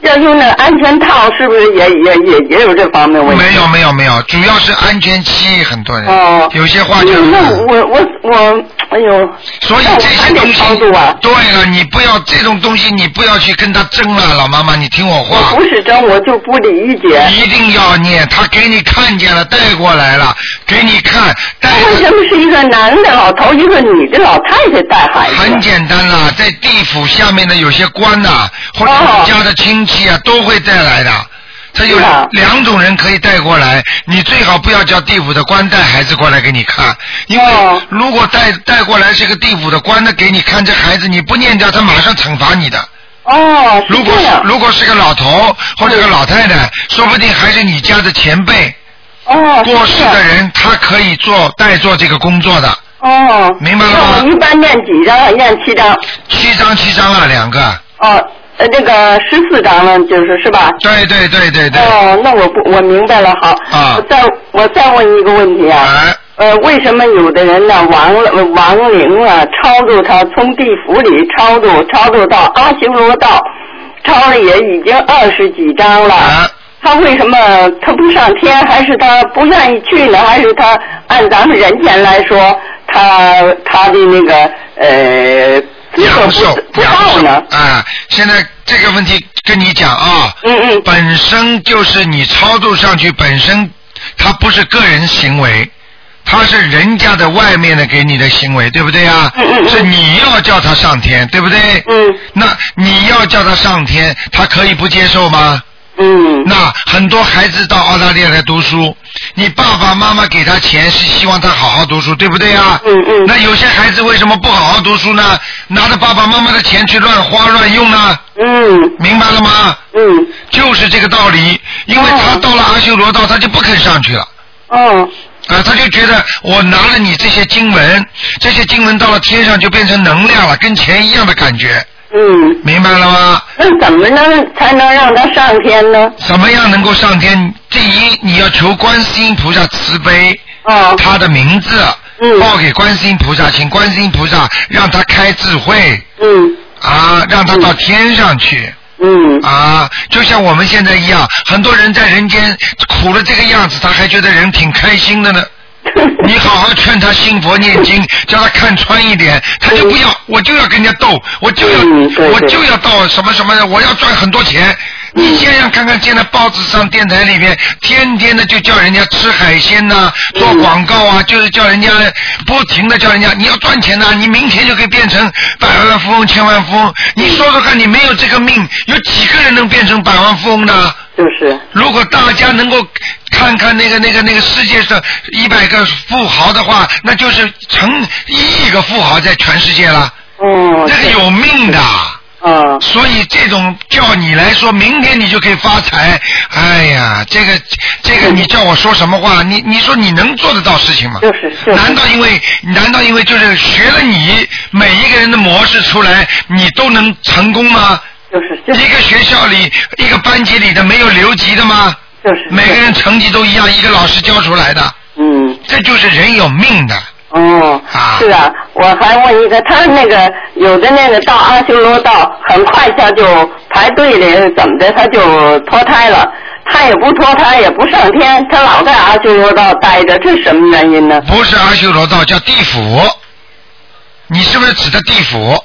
Speaker 8: 要用那个安全套，是不是也也也也有这方面问题？
Speaker 2: 没有没有没有，主要是安全期，很多人、
Speaker 8: 哦，
Speaker 2: 嗯有些话就
Speaker 8: 那我我我，哎呦，
Speaker 2: 所以这些东
Speaker 8: 那我还得
Speaker 2: 西
Speaker 8: 操作啊，
Speaker 2: 对了，你不要这种东西，你不要去跟他争了，老妈妈，你听我话。
Speaker 8: 我不是真，我就不理解，
Speaker 2: 一定要念，他给你看见了，带过来了，给你看，带
Speaker 8: 为什么是一个男的老头，一个女的老太太带孩
Speaker 2: 很
Speaker 8: 子？
Speaker 2: 简单啦，在地府下面的有些官呐、或者
Speaker 8: 哦
Speaker 2: 你家的亲戚啊，都会带来的。他有
Speaker 8: 是啊
Speaker 2: 两种人可以带过来，你最好不要叫地府的官带孩子过来给你看，因为
Speaker 8: 哦
Speaker 2: 如果带带过来是个地府的官的给你看这孩子，你不念掉，他马上惩罚你的。
Speaker 8: 哦，是
Speaker 2: 如果
Speaker 8: 这
Speaker 2: 是
Speaker 8: 样。
Speaker 2: 如果是个老头或者个老太太，说不定还是你家的前辈
Speaker 8: 哦，
Speaker 2: 过世
Speaker 8: 是这
Speaker 2: 的
Speaker 8: 样。
Speaker 2: 人，他可以做代做这个工作的。
Speaker 8: 哦，
Speaker 2: 明白了吗
Speaker 8: 那我一般念几张？念七张。
Speaker 2: 七张七张啊，两个。
Speaker 8: 哦，呃，这个十四张了，就是是吧？
Speaker 2: 对对对对对。
Speaker 8: 哦，那我不，我明白了，好。
Speaker 2: 啊
Speaker 8: 我再我再问一个问题
Speaker 2: 哎，
Speaker 8: 呃，为什么有的人呢，亡了亡灵啊，超度他从地府里超度，超度到阿修罗道，超了也已经二十几章了。
Speaker 2: 啊
Speaker 8: 他为什么他不上天？还是他不愿意去呢？还是他按咱们人间来说，他他的那个呃资格
Speaker 2: 阳
Speaker 8: 不
Speaker 2: 寿
Speaker 8: 是，不
Speaker 2: 阳
Speaker 8: 到
Speaker 2: 寿
Speaker 8: 呢？
Speaker 2: 啊！现在这个问题跟你讲啊，
Speaker 8: 嗯嗯
Speaker 2: 本身就是你操作上去，本身它不是个人行为，它是人家的外面的给你的行为，对不对啊？
Speaker 8: 嗯嗯嗯
Speaker 2: 是你要叫他上天，对不对？
Speaker 8: 嗯
Speaker 2: 那你要叫他上天，他可以不接受吗？
Speaker 8: 嗯
Speaker 2: 那很多孩子到澳大利亚来读书，你爸爸妈妈给他钱是希望他好好读书，对不对啊？
Speaker 8: 嗯嗯
Speaker 2: 那有些孩子为什么不好好读书呢？拿着爸爸妈妈的钱去乱花乱用呢？
Speaker 8: 嗯
Speaker 2: 明白了吗？
Speaker 8: 嗯
Speaker 2: 就是这个道理，因为他到了阿修罗道，他就不肯上去了。
Speaker 8: 哦
Speaker 2: 啊，他就觉得我拿了你这些经文，这些经文到了天上就变成能量了，跟钱一样的感觉，
Speaker 8: 嗯，
Speaker 2: 明白了吗？
Speaker 8: 那怎么能才能让他上天呢？
Speaker 2: 怎么样能够上天？第一，你要求观世音菩萨慈悲，
Speaker 8: 哦
Speaker 2: 他的名字
Speaker 8: 嗯
Speaker 2: 报给观世音菩萨，请观世音菩萨让他开智慧
Speaker 8: 嗯
Speaker 2: 啊，让他到天上去
Speaker 8: 嗯
Speaker 2: 啊，就像我们现在一样，很多人在人间苦了这个样子，他还觉得人挺开心 的呢。你好好劝他信佛念经，叫他看穿一点，他就不要，我就要跟人家斗，我就要，
Speaker 8: 嗯对
Speaker 2: 我
Speaker 8: 对
Speaker 2: 就要到什么什么的，我要赚很多钱。你想想看看，现在报纸上、电台里面，天天的就叫人家吃海鲜呐、做
Speaker 8: 嗯
Speaker 2: 广告啊，就是叫人家不停的叫人家，你要赚钱呐、你明天就可以变成百万富翁、千万富翁。你说说看，你没有这个命，有几个人能变成百万富翁呢？
Speaker 8: 就是
Speaker 2: 如果大家能够看看那个那个那个世界上一百个富豪的话，那就是成一亿个富豪在全世界了，
Speaker 8: 哦
Speaker 2: 那个有命的。
Speaker 8: 啊
Speaker 2: 所以这种叫你来说，明天你就可以发财，哎呀，这个这个你叫我说什么话？你你说你能做得到事情吗？
Speaker 8: 嗯就是就是
Speaker 2: 难道因为难道因为就是学了你每一个人的模式出来，你都能成功吗？
Speaker 8: 就是就是
Speaker 2: 一个学校里一个班级里的没有留级的吗？
Speaker 8: 就是
Speaker 2: 每个人成绩都一样，一个老师教出来的，
Speaker 8: 嗯。
Speaker 2: 这就是人有命的。
Speaker 8: 哦
Speaker 2: 啊，
Speaker 8: 是啊，我还问一个，他那个有的那个到阿修罗道，很快他就排队的，怎么的，他就脱胎了。他也不脱胎，也不上天，他老在阿修罗道待着，这什么原因呢？
Speaker 2: 不是阿修罗道，叫地府。你是不是指的地府？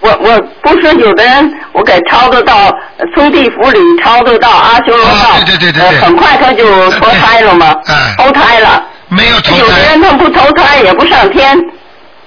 Speaker 8: 我我不是哦有的人，我给超度到呃从地府里超度到阿修罗道，
Speaker 2: 啊对对对对对
Speaker 8: 呃很快他就脱胎了嘛，
Speaker 2: 哎
Speaker 8: 投胎了。
Speaker 2: 没有投
Speaker 8: 有的
Speaker 2: 胎
Speaker 8: 人，他不投胎，也不上天，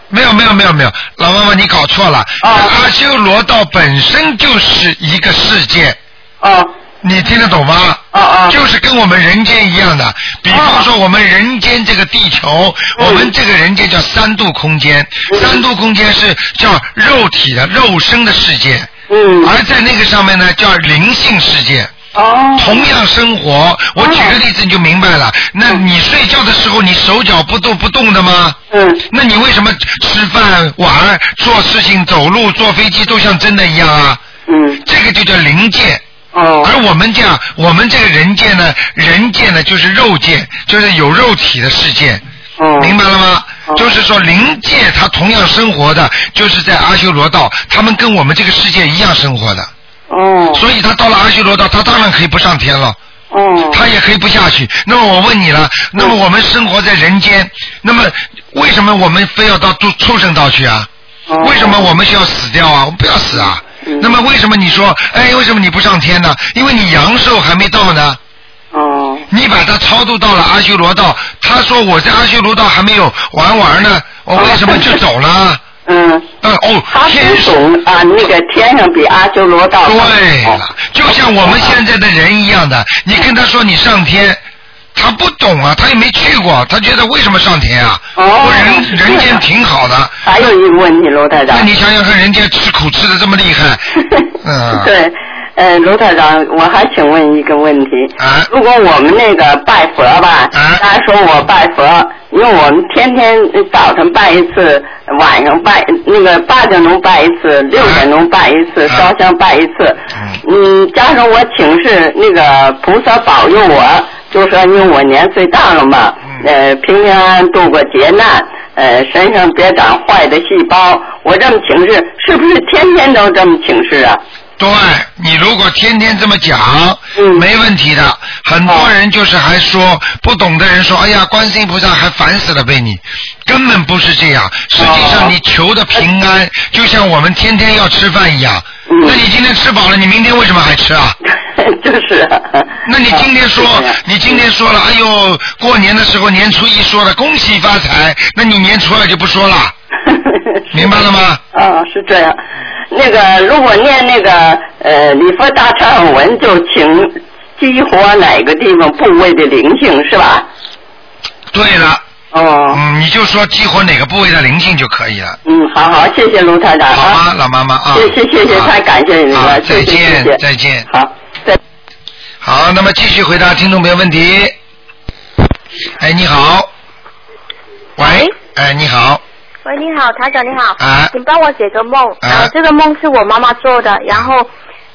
Speaker 2: 没有没有没有没有，老妈妈你搞错了。
Speaker 8: 啊
Speaker 2: 阿修罗道本身就是一个世界，
Speaker 8: 哦
Speaker 2: 你听得懂吗？
Speaker 8: 哦哦，
Speaker 2: 就是跟我们人间一样的，比方说我们人间这个地球，
Speaker 8: 嗯
Speaker 2: 我们这个人间叫三度空间，三度空间是叫肉体的肉身的世界，
Speaker 8: 嗯，
Speaker 2: 而在那个上面呢，叫灵性世界。
Speaker 8: 哦，
Speaker 2: 同样生活，我举个例子你就明白了。那你睡觉的时候，你手脚不动不动的吗？
Speaker 8: 嗯。
Speaker 2: 那你为什么吃饭、玩、做事情、走路、坐飞机都像真的一样啊？
Speaker 8: 嗯，
Speaker 2: 这个就叫灵界。
Speaker 8: 哦，
Speaker 2: 而我们这样，我们这个人界呢，人界呢就是肉界，就是有肉体的世界，
Speaker 8: 哦，
Speaker 2: 明白了吗？
Speaker 8: 哦
Speaker 2: 就是说灵界它同样生活的，就是在阿修罗道，他们跟我们这个世界一样生活的。
Speaker 8: 哦，
Speaker 2: 所以他到了阿修罗道，他当然可以不上天了，
Speaker 8: 哦，
Speaker 2: 他也可以不下去。那么我问你了，那么我们生活在人间，那么为什么我们非要到畜畜生道去啊？
Speaker 8: 哦
Speaker 2: 为什么我们需要死掉啊？我们不要死啊
Speaker 8: 嗯。
Speaker 2: 那么为什么你说，哎，为什么你不上天呢？因为你阳寿还没到呢，
Speaker 8: 哦，
Speaker 2: 你把他超度到了阿修罗道，他说我在阿修罗道还没有玩完呢，我为什么就走了？
Speaker 8: 嗯，
Speaker 2: 嗯，哦
Speaker 8: 他，
Speaker 2: 天
Speaker 8: 不懂啊，那个天上比阿修罗道
Speaker 2: 对
Speaker 8: 哦
Speaker 2: 了，就像我们现在的人一样的，你跟他说你上天，他不懂啊，他也没去过，他觉得为什么上天啊？
Speaker 8: 哦
Speaker 2: 我人
Speaker 8: 是这样
Speaker 2: 人间挺好的，
Speaker 8: 还有一个哎问题，罗台长
Speaker 2: 那，你想想看，人家吃苦吃的这么厉 害，嗯
Speaker 8: 对，呃，罗台长，我还请问一个问题。
Speaker 2: 啊
Speaker 8: 如果我们那个拜佛吧，
Speaker 2: 啊
Speaker 8: 大家说我拜佛，因为我们天天早晨拜一次，晚上拜那个八点钟拜一次，六点钟拜一次，
Speaker 2: 啊
Speaker 8: 烧香拜一次。嗯，加上我请示那个菩萨保佑我，就说因为我年岁大了嘛，
Speaker 2: 嗯
Speaker 8: 呃，平平安安度过劫难，呃，身上别长坏的细胞。我这么请示，是不是天天都这么请示啊？
Speaker 2: 对对你如果天天这么讲，
Speaker 8: 嗯
Speaker 2: 没问题的。很多人就是还
Speaker 8: 哦
Speaker 2: 说不懂的人说，哎呀，观世音菩萨还烦死了被你，根本不是这样。实际
Speaker 8: 哦
Speaker 2: 上你求的平安，就像我们天天要吃饭一样。那你今天吃饱了，你明天为什么还吃啊？
Speaker 8: 嗯 就是啊。
Speaker 2: 那你今天 说，你今天说了，哎呦，过年的时候年初一说了恭喜发财，那你年初二就不说 了，
Speaker 8: 啊
Speaker 2: 明白了吗？
Speaker 8: 嗯，是这样。那个如果念那个呃礼佛大忏悔文，就请激活哪个地方部位的灵性是吧？
Speaker 2: 对了，
Speaker 8: 哦，
Speaker 2: 嗯，你就说激活哪个部位的灵性就可以了。
Speaker 8: 嗯，好好，谢谢卢台长
Speaker 2: 好
Speaker 8: 啊，
Speaker 2: 吗，老妈妈啊？
Speaker 8: 谢谢谢谢，
Speaker 2: 好
Speaker 8: 太感谢你
Speaker 2: 好
Speaker 8: 了，谢
Speaker 2: 再
Speaker 8: 谢谢
Speaker 2: 见，
Speaker 8: 谢，
Speaker 2: 再见。
Speaker 8: 好，再
Speaker 2: 好，那么继续回答听众朋友问题。哎，你好。喂。哎，你好。
Speaker 9: 喂，你好，台长你好，
Speaker 2: 啊
Speaker 9: 请帮我解个梦。
Speaker 2: 啊
Speaker 9: 呃，这个梦是我妈妈做的，然后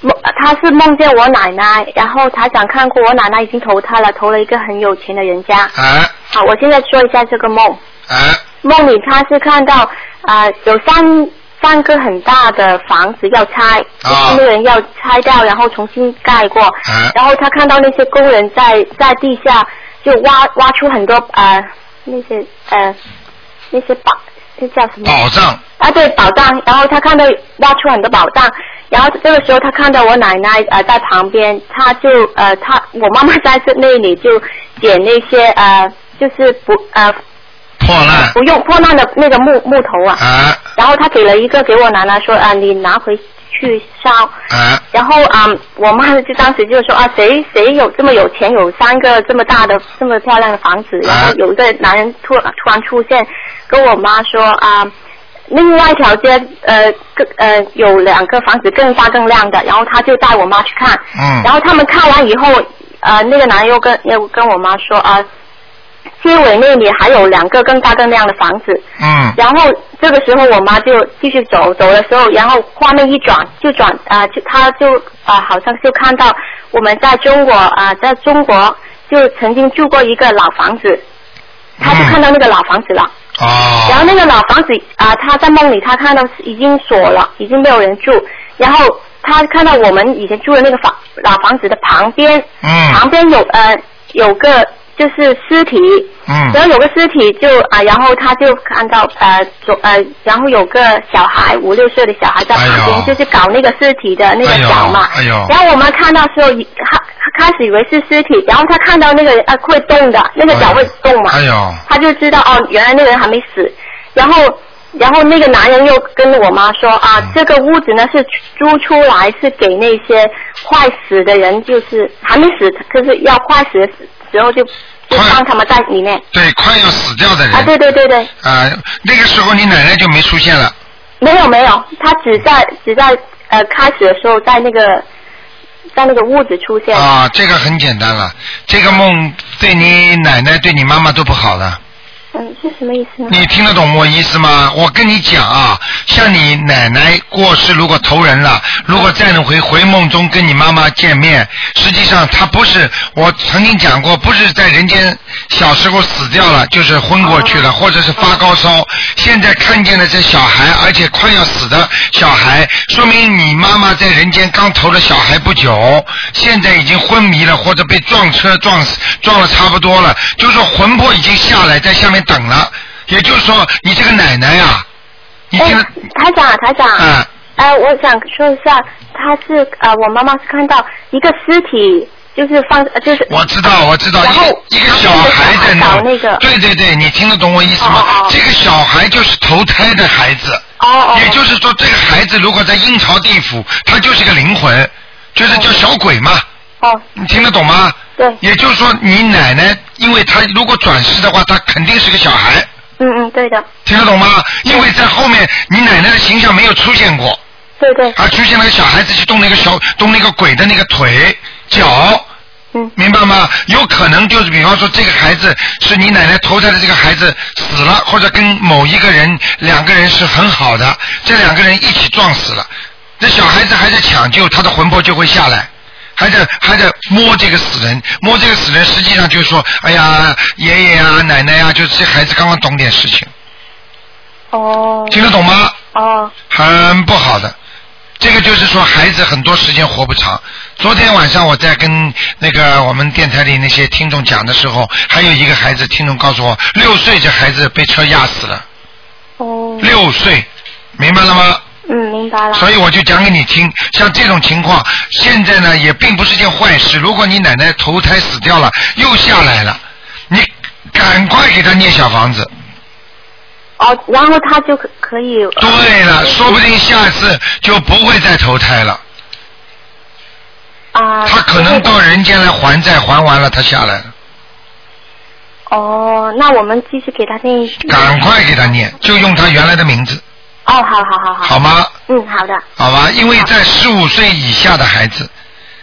Speaker 9: 梦她是梦见我奶奶，然后台长看过我奶奶已经投胎了，投了一个很有钱的人家。
Speaker 2: 啊
Speaker 9: 好，我现在说一下这个梦。
Speaker 2: 啊
Speaker 9: 梦里她是看到啊、呃有三三个很大的房子要拆，
Speaker 2: 啊
Speaker 9: 三个人要拆掉，然后重新盖过。
Speaker 2: 啊
Speaker 9: 然后她看到那些工人在在地下就挖挖出很多呃那些呃那些宝，那叫什么？
Speaker 2: 宝藏
Speaker 9: 啊，对，宝藏。然后他看到挖出很多宝藏，然后这个时候他看到我奶奶呃在旁边，他就呃他我妈妈在这那里就捡那些呃就是不呃
Speaker 2: 破烂
Speaker 9: 不用破烂的那个木木头啊，
Speaker 2: 啊
Speaker 9: 然后他给了一个给我奶奶说啊、你拿回去烧。
Speaker 2: 啊
Speaker 9: 然后啊、嗯我妈就当时就说啊，谁谁有这么有钱，有三个这么大的、这么漂亮的房子，
Speaker 2: 啊
Speaker 9: 然后有一个男人突突然出现，跟我妈说啊、另外一条街呃更呃有两个房子更大更亮的，然后他就带我妈去看，
Speaker 2: 嗯
Speaker 9: 然后他们看完以后，呃，那个男人又跟又跟我妈说啊。街尾那里还有两个更大更亮的房子，
Speaker 2: 嗯
Speaker 9: 然后这个时候我妈就继续走，走的时候，然后画面一转，就转啊、就她就啊、好像就看到我们在中国啊、在中国就曾经住过一个老房子，她就看到那个老房子了。然后
Speaker 2: 哦
Speaker 9: 那个老房子啊、她在梦里她看到已经锁了，已经没有人住。然后她看到我们以前住的那个房老房子的旁边，旁
Speaker 2: 嗯
Speaker 9: 边有呃有个就是尸体，然
Speaker 2: 嗯
Speaker 9: 后有个尸体就啊、然后他就看到呃左呃，然后有个小孩五六岁的小孩在旁边，
Speaker 2: 哎呦
Speaker 9: 就是搞那个尸体的那
Speaker 2: 哎呦
Speaker 9: 个脚嘛。
Speaker 2: 哎呦
Speaker 9: 然后我们看到时候，他开始以为是尸体，然后他看到那个呃会动的，那个脚会动嘛，
Speaker 2: 哎呦
Speaker 9: 他就知道哦，原来那个人还没死。然后然后那个男人又跟我妈说啊，
Speaker 2: 嗯
Speaker 9: 这个屋子呢是租出来是给那些快死的人，就是还没死，可是要快死的时候就就
Speaker 2: 快
Speaker 9: 帮他们在里面。
Speaker 2: 对，快要死掉的人
Speaker 9: 啊，对对对对，
Speaker 2: 啊，那个时候你奶奶就没出现了。
Speaker 9: 没有没有，他只在只在呃开始的时候在那个在那个屋子出现。
Speaker 2: 啊，这个很简单了，这个梦对你奶奶、对你妈妈都不好的。
Speaker 9: 嗯，是什么意思呢？
Speaker 2: 你听得懂我意思吗？我跟你讲啊，像你奶奶过世，如果投人了，如果再能回回梦中跟你妈妈见面，实际上她不是我曾经讲过，不是在人间小时候死掉了，就是昏过去
Speaker 9: 哦
Speaker 2: 了，或者是发高烧。现在看见了这小孩，而且快要死的小孩，说明你妈妈在人间刚投了小孩不久，现在已经昏迷了，或者被撞车撞死，撞了差不多了，就是说魂魄已经下来，在下面等了。也就是说，你这个奶奶呀、你听
Speaker 9: 哎
Speaker 2: 得，
Speaker 9: 台长啊台长啊，
Speaker 2: 啊
Speaker 9: 呃，我想说一下，他是呃，我妈妈是看到一个尸体，就是放呃就是
Speaker 2: 我知道，我知道，
Speaker 9: 然
Speaker 2: 一个
Speaker 9: 后
Speaker 2: 一个小孩在
Speaker 9: 找那个
Speaker 2: 对对对，你听得懂我意思吗？
Speaker 9: 哦哦哦
Speaker 2: 这个小孩就是投胎的孩子，
Speaker 9: 哦哦，
Speaker 2: 也就是说，这个孩子如果在阴曹地府，他就是个灵魂，就是叫小鬼嘛，
Speaker 9: 哦
Speaker 2: 你听得懂吗？
Speaker 9: 对，
Speaker 2: 也就是说，你奶奶，因为她如果转世的话，她肯定是个小孩，
Speaker 9: 嗯嗯对的，
Speaker 2: 听得懂吗？因为在后面，你奶奶的形象没有出现过，
Speaker 9: 对对，
Speaker 2: 而出现了个小孩子去动那个小动那个鬼的那个腿脚，
Speaker 9: 嗯
Speaker 2: 明白吗？有可能就是比方说这个孩子是你奶奶投胎的这个孩子死了，或者跟某一个人两个人是很好的，这两个人一起撞死了，那小孩子还在抢救，他的魂魄就会下来。还在还在摸这个死人，摸这个死人，实际上就是说，哎呀，爷爷啊，奶奶啊，就是这孩子刚刚懂点事情，
Speaker 9: 哦
Speaker 2: 听得懂吗？
Speaker 9: 哦
Speaker 2: 很不好的。这个就是说孩子很多时间活不长。昨天晚上我在跟那个我们电台里那些听众讲的时候，还有一个孩子，听众告诉我，六岁这孩子被车压死了。
Speaker 10: 哦，
Speaker 2: 六岁，明白了吗？
Speaker 10: 嗯，明白了。
Speaker 2: 所以我就讲给你听，像这种情况，现在呢也并不是件坏事。如果你奶奶投胎死掉了，又下来了，你赶快给她念小房子。
Speaker 10: 哦，然后他就可可以。呃
Speaker 2: 对了，说不定下次就不会再投胎了。
Speaker 10: 啊。
Speaker 2: 他可能到人间来还债，还完了他下来了，
Speaker 10: 哦，那我们继续给他念。
Speaker 2: 赶快给他念，就用他原来的名字，
Speaker 10: 哦，好好好好。
Speaker 2: 好吗？
Speaker 10: 嗯，好的。
Speaker 2: 好吧，因为在十五岁以下的孩子，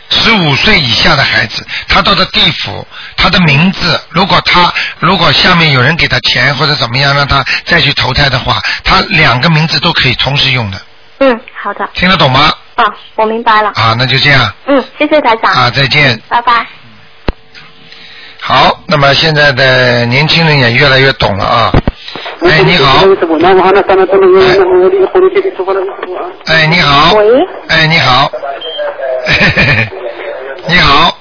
Speaker 2: 十五岁以下的孩子，他到的地府，他的名字，如果他如果下面有人给他钱或者怎么样让他再去投胎的话，他两个名字都可以同时用的，
Speaker 10: 嗯，好的。
Speaker 2: 听得懂吗？
Speaker 10: 啊，我明白了。
Speaker 2: 啊，那就这样
Speaker 10: 嗯，谢谢台长。
Speaker 2: 啊，再见。
Speaker 10: 拜拜。
Speaker 2: 好，那么现在的年轻人也越来越懂了啊。哎，你好，哎，你好，
Speaker 10: 喂
Speaker 2: 哎，你好， 你好，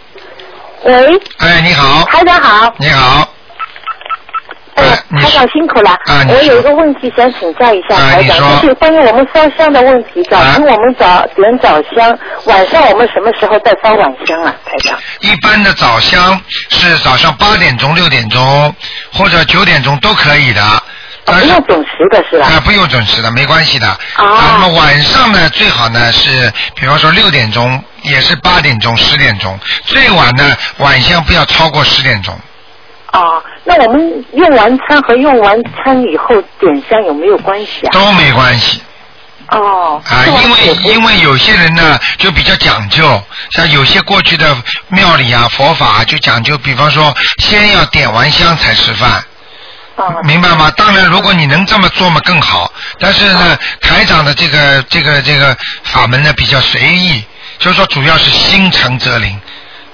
Speaker 10: 喂，
Speaker 2: 哎，你好，
Speaker 10: 台长好，
Speaker 2: 你好，
Speaker 10: 呃，
Speaker 2: 你
Speaker 10: 台长辛苦了。
Speaker 2: 啊你
Speaker 10: 我有
Speaker 2: 说
Speaker 10: 一个问题想请教一下
Speaker 2: 啊
Speaker 10: 台
Speaker 2: 你
Speaker 10: 长，
Speaker 2: 说
Speaker 10: 就是关于我们烧香的问题。早
Speaker 2: 啊
Speaker 10: 晨我们早点早香，晚上我们什么时候再烧晚香啊，台长？
Speaker 2: 一般的早香是早上八点钟、六点钟或者九点钟都可以的，但
Speaker 10: 哦不
Speaker 2: 是
Speaker 10: 用准时的是吧？哦
Speaker 2: 啊，不用准时的，没关系的。啊，那么晚上呢，最好呢是，比方说六点钟，也是八点钟、十点钟，最晚呢晚香不要超过十点钟。
Speaker 10: 啊，那我们用完餐和用完餐以后点香有没有关系啊？
Speaker 2: 都没关系
Speaker 10: 哦，
Speaker 2: 啊，
Speaker 10: 是吧
Speaker 2: 因为因为有些人呢就比较讲究，像有些过去的庙里啊佛法啊就讲究，比方说先要点完香才吃饭，
Speaker 10: 啊，
Speaker 2: 明白吗？当然，如果你能这么做嘛更好，但是
Speaker 10: 哦
Speaker 2: 呢，台长的这个这个这个法门呢比较随意，就是说主要是心诚则灵。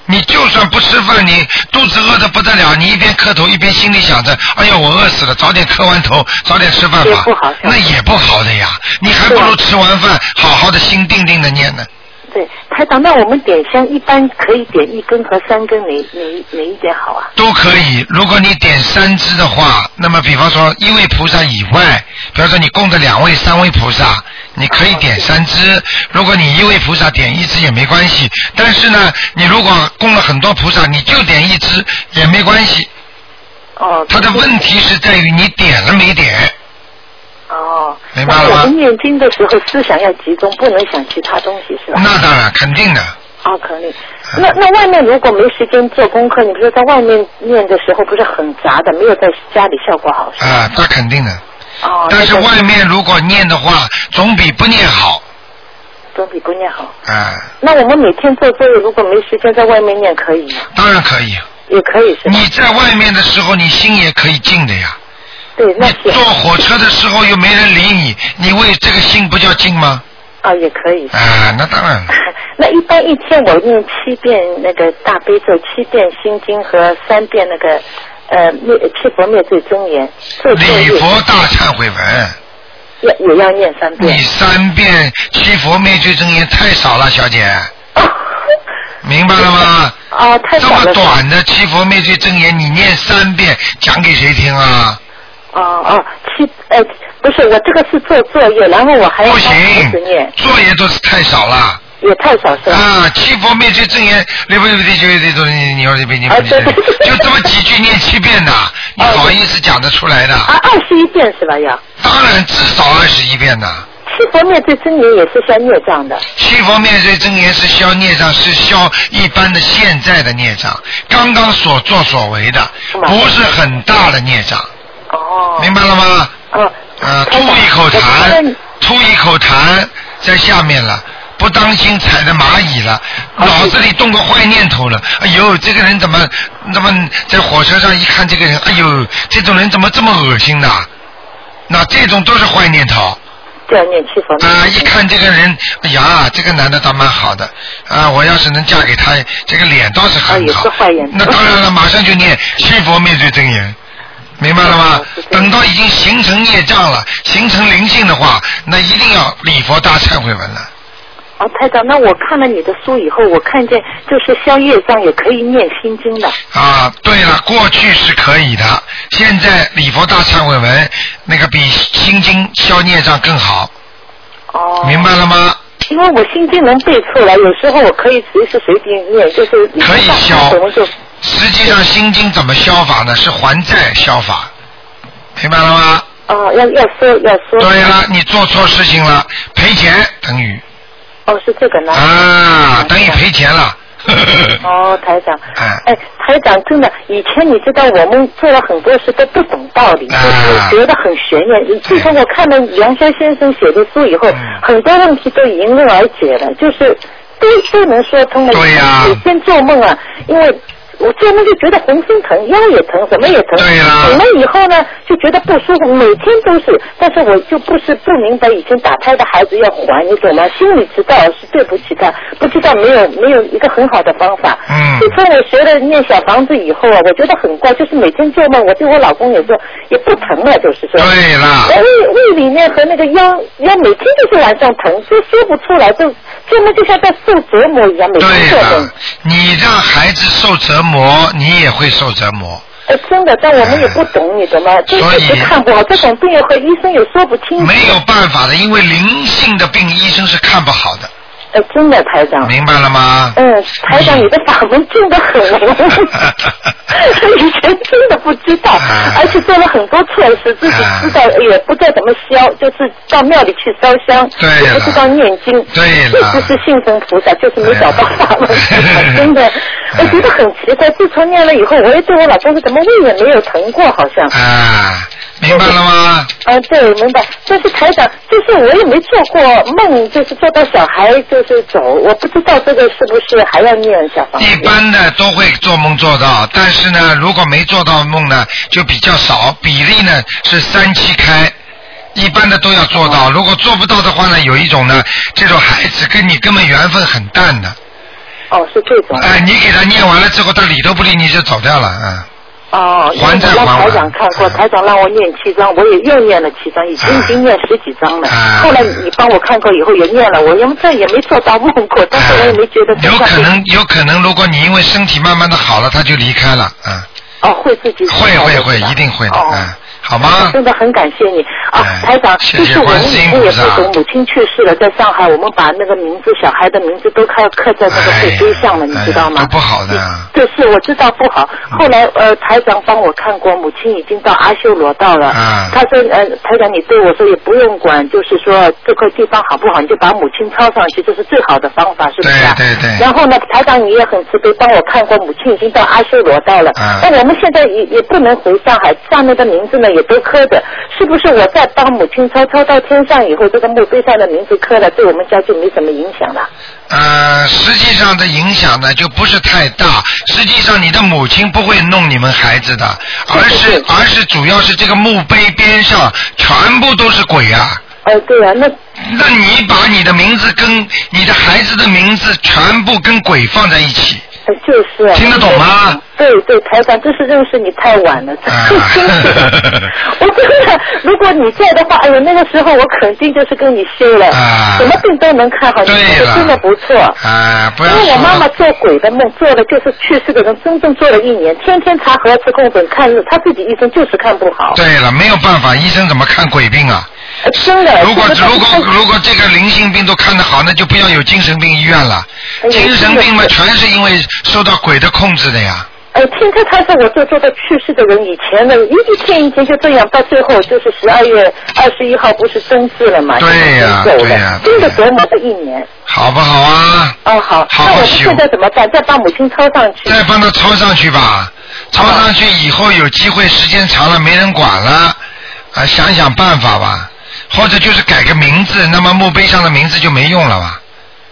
Speaker 2: 你就算不吃饭，你肚子饿得不得了，你一边磕头一边心里想着，哎呀，我饿死了，早点磕完头，早点吃饭
Speaker 10: 也
Speaker 2: 吧
Speaker 10: 不好，
Speaker 2: 那也不好的呀，你还不
Speaker 10: 啊
Speaker 2: 如吃完饭，好好的心定定的念呢。
Speaker 10: 对，台长，那我们点香一般可以点一根和三根哪哪哪一点好啊？
Speaker 2: 都可以。如果你点三支的话，那么比方说一位菩萨以外，比方说你供的两位、三位菩萨，你可以点三支。如果你一位菩萨点一支也没关系，但是呢，你如果供了很多菩萨，你就点一支也没关系。
Speaker 10: 哦，
Speaker 2: 它的问题是在于你点了没点。
Speaker 10: 哦，
Speaker 2: 明白了吗
Speaker 10: 那我们念经的时候思想要集中，不能想其他东西是吧？
Speaker 2: 那当然，肯定的。
Speaker 10: 哦，可以。那那外面如果没时间做功课，你比如说在外面念的时候不是很杂的，没有在家里效果好是吧？
Speaker 2: 啊，那肯定的。
Speaker 10: 哦，
Speaker 2: 但是
Speaker 10: 那个
Speaker 2: 外面如果念的话，总比不念好。
Speaker 10: 总比不念好。
Speaker 2: 啊，
Speaker 10: 那我们每天做作业，如果没时间在外面念可以吗？
Speaker 2: 当然可以。
Speaker 10: 也可以是吧？
Speaker 2: 你在外面的时候，你心也可以静的呀。
Speaker 10: 对，那
Speaker 2: 你
Speaker 10: 行
Speaker 2: 坐火车的时候又没人理你，你为这个心不叫静吗？
Speaker 10: 啊也可以。
Speaker 2: 啊，那当然了。
Speaker 10: 那一般一天我念七遍那个大悲咒，七遍心经和三遍那个呃灭七佛灭罪真言，做作
Speaker 2: 礼
Speaker 10: 业
Speaker 2: 佛大忏悔文，
Speaker 10: 也也要念三遍
Speaker 2: 你。三遍七佛灭罪真言太少了，小 姐，
Speaker 10: 哦，
Speaker 2: 明白了吗？
Speaker 10: 哦，太
Speaker 2: 这
Speaker 10: 少
Speaker 2: 么
Speaker 10: 了。
Speaker 2: 短的七佛灭罪真言，你念三遍，讲给谁听啊？
Speaker 10: 哦哦，七呃不是，我这个是做作业，然后我还要
Speaker 2: 不
Speaker 10: 帮孩
Speaker 2: 行
Speaker 10: 子念，，
Speaker 2: 作业都是太少了。
Speaker 10: 也太少是吧？
Speaker 2: 啊，七佛灭罪真言，六不六不就这种，你你要这边你
Speaker 10: 啊
Speaker 2: 不
Speaker 10: 对对对
Speaker 2: 就这么几句念七遍的，你
Speaker 10: 哦
Speaker 2: 好意思讲得出来的？
Speaker 10: 啊，二十一遍是吧？要
Speaker 2: 当然至少二十一遍呐。
Speaker 10: 七佛灭罪真言也是消孽障的。
Speaker 2: 七佛灭罪真言是消孽障，是消一般的现在的孽障，刚刚所作所为的，不是很大的孽障，
Speaker 10: 哦，
Speaker 2: 明白了吗？
Speaker 10: 哦，
Speaker 2: 呃，
Speaker 10: 台
Speaker 2: 吐
Speaker 10: 长
Speaker 2: 一口
Speaker 10: 我觉
Speaker 2: 痰
Speaker 10: 得，
Speaker 2: 吐一口痰在下面了。不当心踩着蚂蚁了，
Speaker 10: 哦
Speaker 2: 脑子里动个坏念头了。哎呦，这个人怎么怎么在火车上一看这个人，哎呦，这种人怎么这么恶心呢？那这种都是坏念头。
Speaker 10: 就要念七佛灭
Speaker 2: 啊，
Speaker 10: 罪
Speaker 2: 一
Speaker 10: 真言。
Speaker 2: 看这个人，哎呀，这个男的倒蛮好的，啊，我要是能嫁给他，这个脸倒是很好。
Speaker 10: 啊也是坏人
Speaker 2: 那当然了，马上就念七佛灭罪真言，明白了吗
Speaker 10: 哦是？这样
Speaker 2: 等到已经形成业障了，形成灵性的话，那一定要礼佛大忏悔文了。
Speaker 10: 哦，台长，那我看了你的书以后，我看见就是消业障也可以念心经的。
Speaker 2: 啊，对了，过去是可以的，现在礼佛大忏悔文那个比心经消孽障更好。哦。明白了吗？
Speaker 10: 因为我心经能背出来，有时候我可以随时随地念，就是
Speaker 2: 可以消
Speaker 10: 我们就
Speaker 2: 实际上心经怎么消法呢？是还债消法，明白了吗？
Speaker 10: 哦，要要说要说。
Speaker 2: 对了，你做错事情了，赔钱等于
Speaker 10: 哦，是这个 呢。嗯
Speaker 2: 啊，等于赔钱了。
Speaker 10: 哦，台长，
Speaker 2: 哎
Speaker 10: 哎，台长，真的，以前你知道我们做了很多事都不懂道理，
Speaker 2: 啊
Speaker 10: 就是觉得很悬念。自从我看了梁山先生写的书以
Speaker 2: 嗯
Speaker 10: 后，很多问题都迎刃而解了，就是都都能说通了。
Speaker 2: 对呀
Speaker 10: 每天做梦啊，因为。我做梦就觉得浑身疼，腰也疼，什么也疼。
Speaker 2: 对呀
Speaker 10: 醒了以后呢，就觉得不舒服，每天都是。但是我就不是不明白，以前打胎的孩子要还，你懂吗？心里知道是对不起他，不知道没有没有一个很好的方法。
Speaker 2: 嗯
Speaker 10: 自从我学了念小房子以后啊，我觉得很怪，就是每天做梦，我对我老公也说也不疼了，就是说。
Speaker 2: 对了，
Speaker 10: 哎胃胃里面和那个腰腰每天就是晚上疼，就说不出来，就做梦就像在受折磨一样，每天
Speaker 2: 对
Speaker 10: 做梦
Speaker 2: 了。，你让孩子受折磨，你也会受折磨。
Speaker 10: 哎，真的，但我们也不懂，你懂吗？就
Speaker 2: 哎所
Speaker 10: 一
Speaker 2: 以
Speaker 10: 直看不好，这种病也和医生也说不清楚。
Speaker 2: 没有办法的，因为灵性的病医生是看不好的，
Speaker 10: 哎，真的，台长。
Speaker 2: 明白了吗？
Speaker 10: 嗯，台长，你的法门真的很， 以前真的不知道
Speaker 2: 啊，
Speaker 10: 而且做了很多措施，自己
Speaker 2: 哎
Speaker 10: 知道也不知道怎么消，就是到庙里去烧香，
Speaker 2: 对了
Speaker 10: 也不知道念经，
Speaker 2: 对了
Speaker 10: 一直是信奉菩萨，就是没找到法 门
Speaker 2: 哎呀，
Speaker 10: 真的
Speaker 2: 哎，
Speaker 10: 我觉得很奇怪。自从念了以后，我也对我老公是怎么胃也没有疼过，好像。
Speaker 2: 啊，明白了吗？
Speaker 10: 啊，对，明白。但是台长，就是我也没做过梦，就是做到小孩就是走，我不知道这个是不是还要念小房子。
Speaker 2: 一般的都会做梦做到，但是呢，如果没做到梦呢，就比较少，比例呢是三七开。一般的都要做到，
Speaker 10: 哦
Speaker 2: 如果做不到的话呢，有一种呢，这种孩子跟你根本缘分很淡的，
Speaker 10: 哦，是这种。
Speaker 2: 哎，你给他念完了之后，他理都不理你就走掉了，啊、
Speaker 10: 哦，
Speaker 2: 还债
Speaker 10: 让
Speaker 2: 还完
Speaker 10: 台长看过，台长让我念七章，我也又念了七章，以前已经念十几章了。
Speaker 2: 啊
Speaker 10: 后来你帮我看过以后也念了，我也再也没做到梦过，但是我也没觉得
Speaker 2: 哎
Speaker 10: 怎
Speaker 2: 有
Speaker 10: 么
Speaker 2: 可
Speaker 10: 样
Speaker 2: 能，有可能，如果你因为身体慢慢的好了，他就离开了，嗯，
Speaker 10: 哦，会自己
Speaker 2: 会会会，一定会的，
Speaker 10: 哦
Speaker 2: 嗯，好吗？
Speaker 10: 真的很感谢你啊
Speaker 2: 哎，
Speaker 10: 台长，
Speaker 2: 谢谢
Speaker 10: 就是我
Speaker 2: 观
Speaker 10: 们
Speaker 2: 世
Speaker 10: 以
Speaker 2: 音
Speaker 10: 前也
Speaker 2: 菩萨
Speaker 10: 不懂，母亲去世了，在上海，我们把那个名字小孩的名字都刻刻在那个
Speaker 2: 哎
Speaker 10: 墓
Speaker 2: 呀
Speaker 10: 碑上了，你
Speaker 2: 哎呀
Speaker 10: 知道吗
Speaker 2: 都？不好 的，
Speaker 10: 这是我知道不好。
Speaker 2: 啊
Speaker 10: 后来呃，台长帮我看过，母亲已经到阿修罗道了。
Speaker 2: 啊
Speaker 10: 他说呃，台长你对我说也不用管，就是说这块地方好不好，你就把母亲抄上去，这是最好的方法，是不是啊？
Speaker 2: 对对对
Speaker 10: 然后呢，台长你也很慈悲，帮我看过母亲已经到阿修罗道了。
Speaker 2: 啊
Speaker 10: 那我们现在也也不能回上海，上面的名字呢也都刻着，是不是我再帮母亲抄抄到天上以后，这个墓碑上的名字刻了，对我们家就没什么影响了？
Speaker 2: 呃，实际上的影响呢，就不是太大。实际上，你的母亲不会弄你们孩子 的，而是而是主要是这个墓碑边上全部都是鬼啊。
Speaker 10: 哎，对啊，那
Speaker 2: 那你把你的名字跟你的孩子的名字全部跟鬼放在一 起，
Speaker 10: 呃就是啊
Speaker 2: 听得懂吗？
Speaker 10: 对对，台长，这是认识你太晚了，
Speaker 2: 啊
Speaker 10: 我真的，如果你在的话，哎呦，那个时候我肯定就是跟你修了，
Speaker 2: 啊
Speaker 10: 什么病都能看好，你
Speaker 2: 对
Speaker 10: 修
Speaker 2: 了
Speaker 10: 的真的不错。
Speaker 2: 啊，不
Speaker 10: 因
Speaker 2: 要
Speaker 10: 为
Speaker 2: 说
Speaker 10: 我妈妈做鬼的梦，做了就是去世的人真正做了一年，天天查核磁共振，看日，她自己医生就是看不好。
Speaker 2: 对了，没有办法，医生怎么看鬼病啊？
Speaker 10: 呃真的。
Speaker 2: 如果
Speaker 10: 这个
Speaker 2: 如果
Speaker 10: 她
Speaker 2: 如果这个灵性病都看得好，那就不要有精神病医院了。
Speaker 10: 哎呀
Speaker 2: 精神病嘛，
Speaker 10: 是
Speaker 2: 全是因为受到鬼的控制的呀。
Speaker 10: 呃，听他他说我做做的去世的人，以前的一一天一天就这样，到最后就是十二月二十一号不是增治了嘛，
Speaker 2: 对呀
Speaker 10: 就走了
Speaker 2: 对呀
Speaker 10: 真的折磨了一年。
Speaker 2: 好不好啊？
Speaker 10: 哦，好，
Speaker 2: 好
Speaker 10: 那我们
Speaker 2: 行
Speaker 10: 现在怎么办？再把母亲抄上去。
Speaker 2: 再帮他抄上去吧，抄上去以后有机会时间长了没人管了，啊，想想办法吧，或者就是改个名字，那么墓碑上的名字就没用了吧？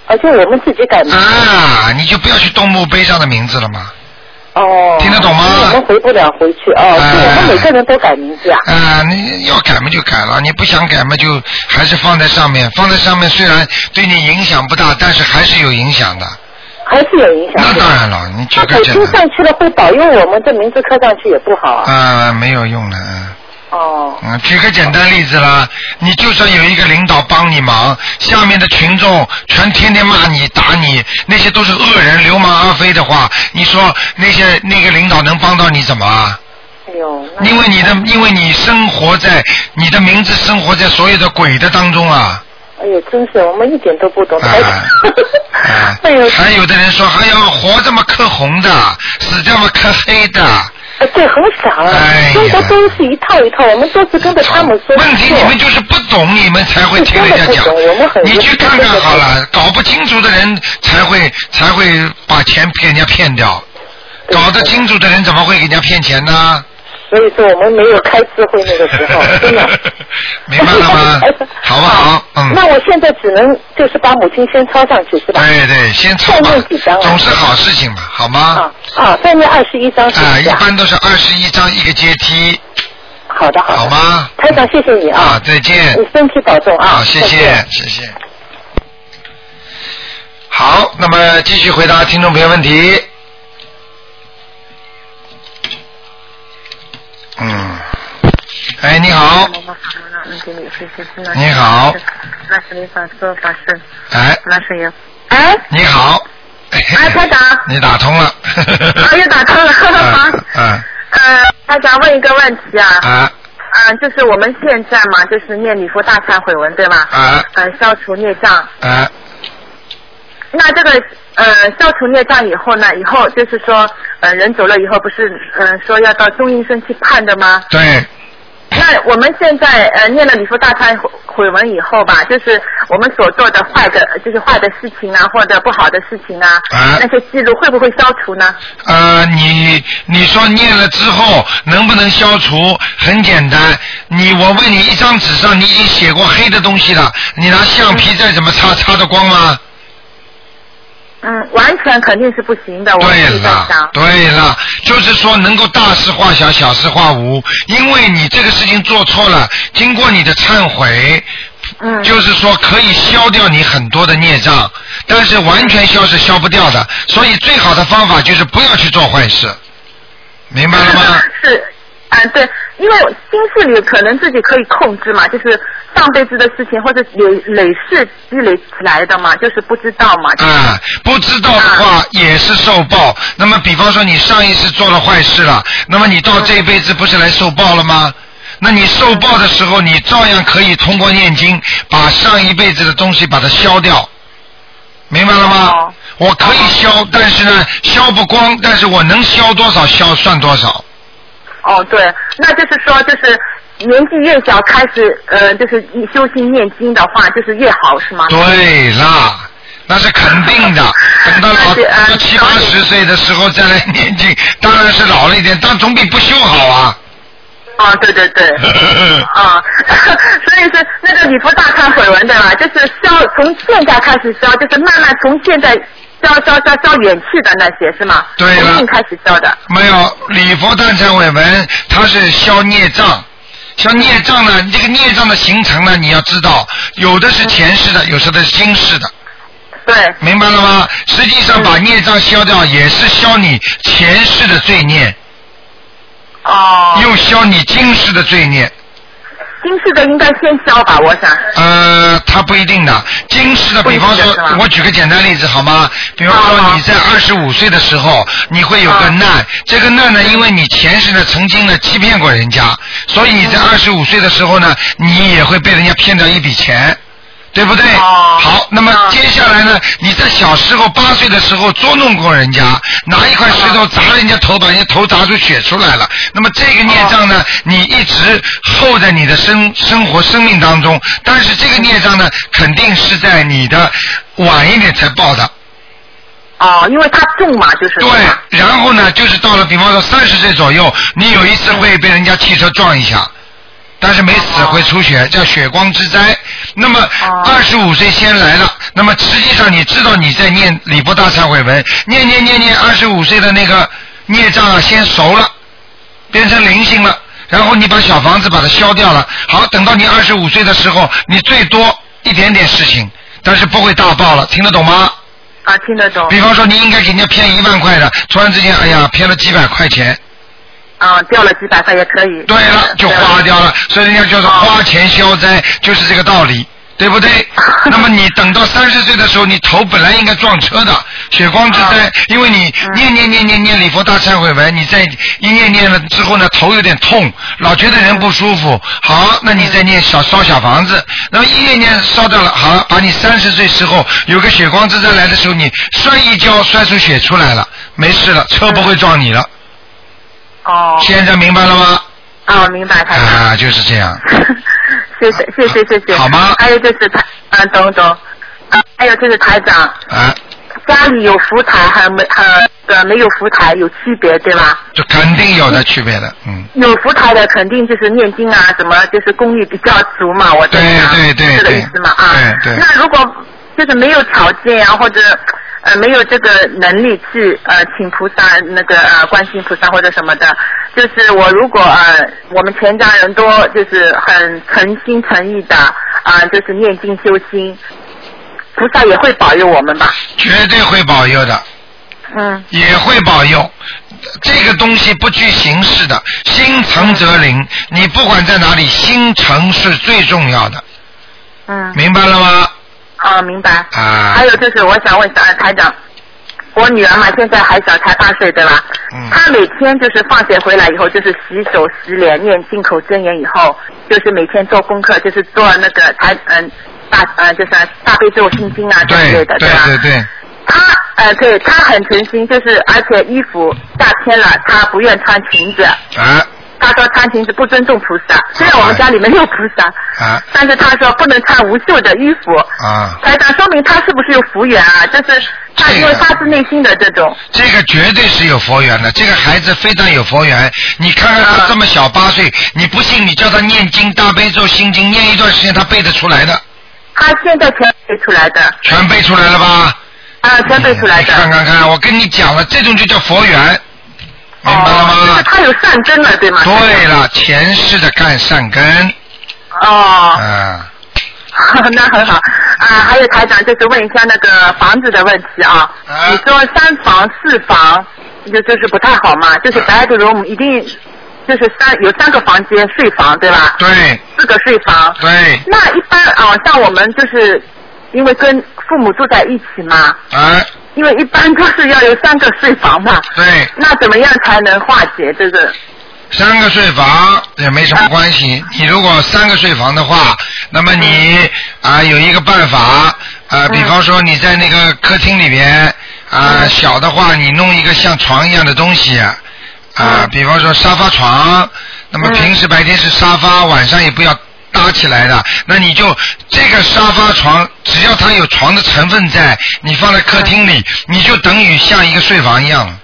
Speaker 10: 而且啊我们自己改名。
Speaker 2: 啊，你就不要去动墓碑上的名字了嘛。
Speaker 10: 哦。
Speaker 2: 听得懂吗
Speaker 10: 因为我们回不了回去哦，
Speaker 2: 哎
Speaker 10: 是我们每个人都改名字啊。
Speaker 2: 啊，你要改嘛就改了，你不想改嘛就还是放在上面，放在上面虽然对你影响不大，但是还是有影响的。
Speaker 10: 还是有影响
Speaker 2: 那
Speaker 10: 的。
Speaker 2: 当然了，你这
Speaker 10: 那
Speaker 2: 个
Speaker 10: 母
Speaker 2: 真
Speaker 10: 亲
Speaker 2: 的
Speaker 10: 上去了会保佑我们，这名字刻上去也不好啊。
Speaker 2: 啊没有用的，嗯
Speaker 10: 哦，
Speaker 2: 嗯，举个简单例子啦，你就算有一个领导帮你忙，下面的群众全天天骂你、打你，那些都是恶人、流氓、阿飞的话，你说那些那个领导能帮到你怎么啊？
Speaker 10: 哎呦，那
Speaker 2: 因为你的，因为你生活在你的名字生活在所有的鬼的当中啊。
Speaker 10: 哎呦，真是我们一点都不懂，台
Speaker 2: 哎
Speaker 10: 长。
Speaker 2: 啊
Speaker 10: 哎呦，
Speaker 2: 还有的人说，哎呀，活这么克红的，死这么克黑的，
Speaker 10: 呃对，很傻啊
Speaker 2: 哎呀，
Speaker 10: 中国都是一套一套，我们都是跟着他们说。
Speaker 2: 问题你们就是不懂，你们才会听人家讲
Speaker 10: 真的不懂我们。很
Speaker 2: 你去看看好了，搞不清楚的人才会才会把钱给人家骗掉，搞得清楚的人怎么会给人家骗钱呢？
Speaker 10: 所以说我们没有开智慧那个时候，真的。？
Speaker 2: 明白了吗好不好？嗯。
Speaker 10: 那我现在只能就是把母亲先抄上去，是吧？
Speaker 2: 对对，先抽
Speaker 10: 再
Speaker 2: 吧
Speaker 10: 念几张啊，
Speaker 2: 总是好事情嘛，好吗
Speaker 10: 啊？啊，再念二十一章是
Speaker 2: 啊，
Speaker 10: 不
Speaker 2: 一
Speaker 10: 是啊？
Speaker 2: 般都是二十一张一个阶梯，
Speaker 10: 好的，
Speaker 2: 好
Speaker 10: 的。
Speaker 2: 吗？
Speaker 10: 台长，谢谢你
Speaker 2: 啊
Speaker 10: 啊，，
Speaker 2: 再见
Speaker 10: 你。身体保重啊。
Speaker 2: 好，谢
Speaker 10: 再见
Speaker 2: 谢，谢谢。好，那么继续回答听众朋友问题。嗯，哎，你好，你好，
Speaker 11: 那是你法师法师，
Speaker 2: 哎，
Speaker 11: 那是有。
Speaker 12: 哎，
Speaker 2: 你好，
Speaker 12: 哎，台 长，
Speaker 2: 你打通了，
Speaker 12: 我又打通了，哈哈
Speaker 2: 嗯。嗯
Speaker 12: 呃，台长问一个问题啊，
Speaker 2: 啊
Speaker 12: 嗯、就是我们现在嘛，就是念礼佛大忏悔文，对吧？
Speaker 2: 啊
Speaker 12: 嗯、消除孽障。
Speaker 2: 啊，
Speaker 12: 那这个呃消除孽障以后呢，以后就是说呃人走了以后不是嗯、呃、说要到中阴身去判的吗？
Speaker 2: 对，
Speaker 12: 那我们现在呃念了礼佛大忏悔文以后吧，就是我们所做的坏的，就是坏的事情啊，或者不好的事情啊，
Speaker 2: 啊
Speaker 12: 那些记录会不会消除呢？
Speaker 2: 呃，你你说念了之后能不能消除？很简单，你我问你，一张纸上你已经写过黑的东西了，你拿橡皮再怎么擦，擦得光吗？
Speaker 12: 嗯，完全肯定是不行的，我
Speaker 2: 对
Speaker 12: 自己在
Speaker 2: 了
Speaker 12: 想，。
Speaker 2: 对了，就是说能够大事化小，小事化无，因为你这个事情做错了，经过你的忏悔，
Speaker 12: 嗯，
Speaker 2: 就是说可以消掉你很多的孽障，但是完全消是消不掉的，所以最好的方法就是不要去做坏事，明白了吗？
Speaker 12: 是，啊、对，因为心事里可能自己可以控制嘛，就是上辈子的事情或者累累世积累起来的嘛，就是不知道嘛。就是
Speaker 2: 啊，不知道的
Speaker 12: 啊
Speaker 2: 话也是受报。那么，比方说你上一世做了坏事了，那么你到这一辈子不是来受报了吗？那你受报的时候，你照样可以通过念经把上一辈子的东西把它消掉，明白了吗？
Speaker 12: 哦
Speaker 2: 我可以消，但是呢，消不光，但是我能消多少消算多少。
Speaker 12: 哦，对，那就是说，就是年纪越小开始，呃，就是修心念经的话，就是越好，是吗？
Speaker 2: 对啦，那是肯定 的。等到老
Speaker 12: 那是呃
Speaker 2: 到七八十岁的时候再来念经，当然是老了一点，但总比不修好啊。
Speaker 12: 啊、对对 对。啊， 所以是那个礼佛大忏悔文对吧？就是消从现在开始消，就是慢慢从现在消消消消远去的那些是吗？
Speaker 2: 对啊了
Speaker 12: 从近开始消的。
Speaker 2: 没有，礼佛大忏悔文，它是消孽障。消孽障呢，这个孽障的形成呢，你要知道，有的是前世的，有的是今世的，
Speaker 12: 对，嗯
Speaker 2: 明白了吗？实际上把孽障消掉，也是消你前世的罪孽，
Speaker 12: 哦，
Speaker 2: 又消你今世的罪孽。
Speaker 12: 今世的应该先消吧，我想。
Speaker 2: 呃，它不一定的。今世的，
Speaker 12: 不一
Speaker 2: 比
Speaker 12: 定
Speaker 2: 方
Speaker 12: 的
Speaker 2: 说
Speaker 12: 是吧，
Speaker 2: 我举个简单例子好吗？比方
Speaker 12: 好
Speaker 2: 说
Speaker 12: 好
Speaker 2: 你在二十五岁的时候，你会有个难，这个难呢，因为你前世呢曾经呢欺骗过人家，所以你在
Speaker 12: 嗯
Speaker 2: 二十五岁的时候呢，你也会被人家骗掉一笔钱。对不对？
Speaker 12: 哦
Speaker 2: 好，那么
Speaker 12: 嗯
Speaker 2: 接下来呢？你在小时候八岁的时候捉弄过人家，拿一块石头砸人家头，把人家头砸出血出来了。那么这个孽障
Speaker 12: 啊
Speaker 2: 呢，你一直候在你的生生活生命当中，但是这个孽障呢，肯定是在你的晚一点才报的。
Speaker 12: 哦，因为它重嘛，就是。
Speaker 2: 对，然后呢，就是到了比方说三十岁左右，你有一次会被人家汽车撞一下，但是没死，会出血，叫血光之灾。那么二十五岁先来了，那么实际上你知道你在念礼佛大忏悔文，念念念念，二十五岁的那个孽障啊先熟了，变成灵性了，然后你把小房子把它消掉了。好，等到你二十五岁的时候，你最多一点点事情，但是不会大爆了，听得懂吗？
Speaker 12: 啊，听得懂。
Speaker 2: 比方说，你应该给人家骗一万块的，突然之间，哎呀，骗了几百块钱，
Speaker 12: 啊，掉了几百块也可以。
Speaker 2: 对了，就花掉了，所以人家叫做花钱消灾，就是这个道理，对不对？那么你等到三十岁的时候，你头本来应该撞车的，血光之灾，因为你念念念念念礼佛大忏悔文，你再一念念了之后呢，头有点痛，老觉得人不舒服。好，那你再念小烧小房子，那么一念念烧到了，好了，把你三十岁时候有个血光之灾来的时候，你摔一跤摔出血出来了，没事了，车不会撞你了。
Speaker 12: 哦。
Speaker 2: 现在明白了吗？
Speaker 12: 啊，明白，台长，
Speaker 2: 啊，就是这样。
Speaker 12: 谢谢，谢谢，谢谢。啊好吗？还有就是台，啊，等等，啊，还有就是台长，
Speaker 2: 啊，
Speaker 12: 家里有福台和没和呃没有福台有区别对吧？
Speaker 2: 这肯定有的区别的，嗯，
Speaker 12: 有福台的肯定就是念经啊，什么就是功力比较足嘛，我
Speaker 2: 对对对
Speaker 12: 这个意
Speaker 2: 对，
Speaker 12: 思嘛啊。
Speaker 2: 对对
Speaker 12: 那如果就是没有条件啊，或者呃没有这个能力去呃请菩萨那个呃观世音菩萨或者什么的，就是我如果呃我们全家人都就是很诚心诚意的啊、呃就是念经修心，菩萨也会保佑我们吧？
Speaker 2: 绝对会保佑的，
Speaker 12: 嗯
Speaker 2: 也会保佑。这个东西不拘形式的，心诚则灵。你不管在哪里，心诚是最重要的，
Speaker 12: 嗯。
Speaker 2: 明白了吗？
Speaker 12: 啊，明白。
Speaker 2: 啊
Speaker 12: 还有就是，我想问一下呃台长，我女儿嘛，现在还小，才八岁，对吧？
Speaker 2: 嗯。
Speaker 12: 她每天就是放学回来以后，就是洗手、洗脸、念进口真言以后，就是每天做功课，就是做那个台嗯大嗯就是大悲咒心经啊这一类的，
Speaker 2: 对
Speaker 12: 吧？
Speaker 2: 对对，
Speaker 12: 她呃对，她很诚心，就是而且衣服夏天了，她不愿穿裙子。
Speaker 2: 啊
Speaker 12: 她说穿裙子不尊重菩萨，虽然我们家里没有菩萨，
Speaker 2: 啊
Speaker 12: 但是她说不能穿无袖的衣服。
Speaker 2: 啊，
Speaker 12: 台长，说明他是不是有福缘啊？就是他因为发自内心的这种，
Speaker 2: 这个绝对是有佛缘的，这个孩子非常有佛缘。你看看他这么小八岁，你不信你叫他念经大悲咒心经，念一段时间他背得出来的，
Speaker 12: 他现在全背出来的，
Speaker 2: 全背出来了吧？
Speaker 12: 啊，全背出来的，
Speaker 2: 看看看，我跟你讲了，这种就叫佛缘，明白了吗？
Speaker 12: 哦就是他有善根了，对吗？
Speaker 2: 对了，前世的干善根，
Speaker 12: 哦，
Speaker 2: 啊，
Speaker 12: 那很好啊。还有台长，就是问一下那个房子的问题啊。你说三房四房，就就是不太好嘛，
Speaker 2: 啊
Speaker 12: 就是 bedroom 一定就是三有三个房间睡房对吧？
Speaker 2: 对
Speaker 12: 四个睡房。
Speaker 2: 对，
Speaker 12: 那一般啊，像我们就是因为跟父母住在一起嘛，
Speaker 2: 啊，
Speaker 12: 因为一般都是要有三个睡房嘛，
Speaker 2: 对，
Speaker 12: 那怎么样才能化解这个？
Speaker 2: 三个睡房也没什么关系。你如果三个睡房的话，那么你啊有一个办法啊，比方说你在那个客厅里边啊小的话，你弄一个像床一样的东西啊，比方说沙发床。那么平时白天是沙发，晚上也不要搭起来的。那你就这个沙发床，只要它有床的成分在，你放在客厅里，你就等于像一个睡房一样了。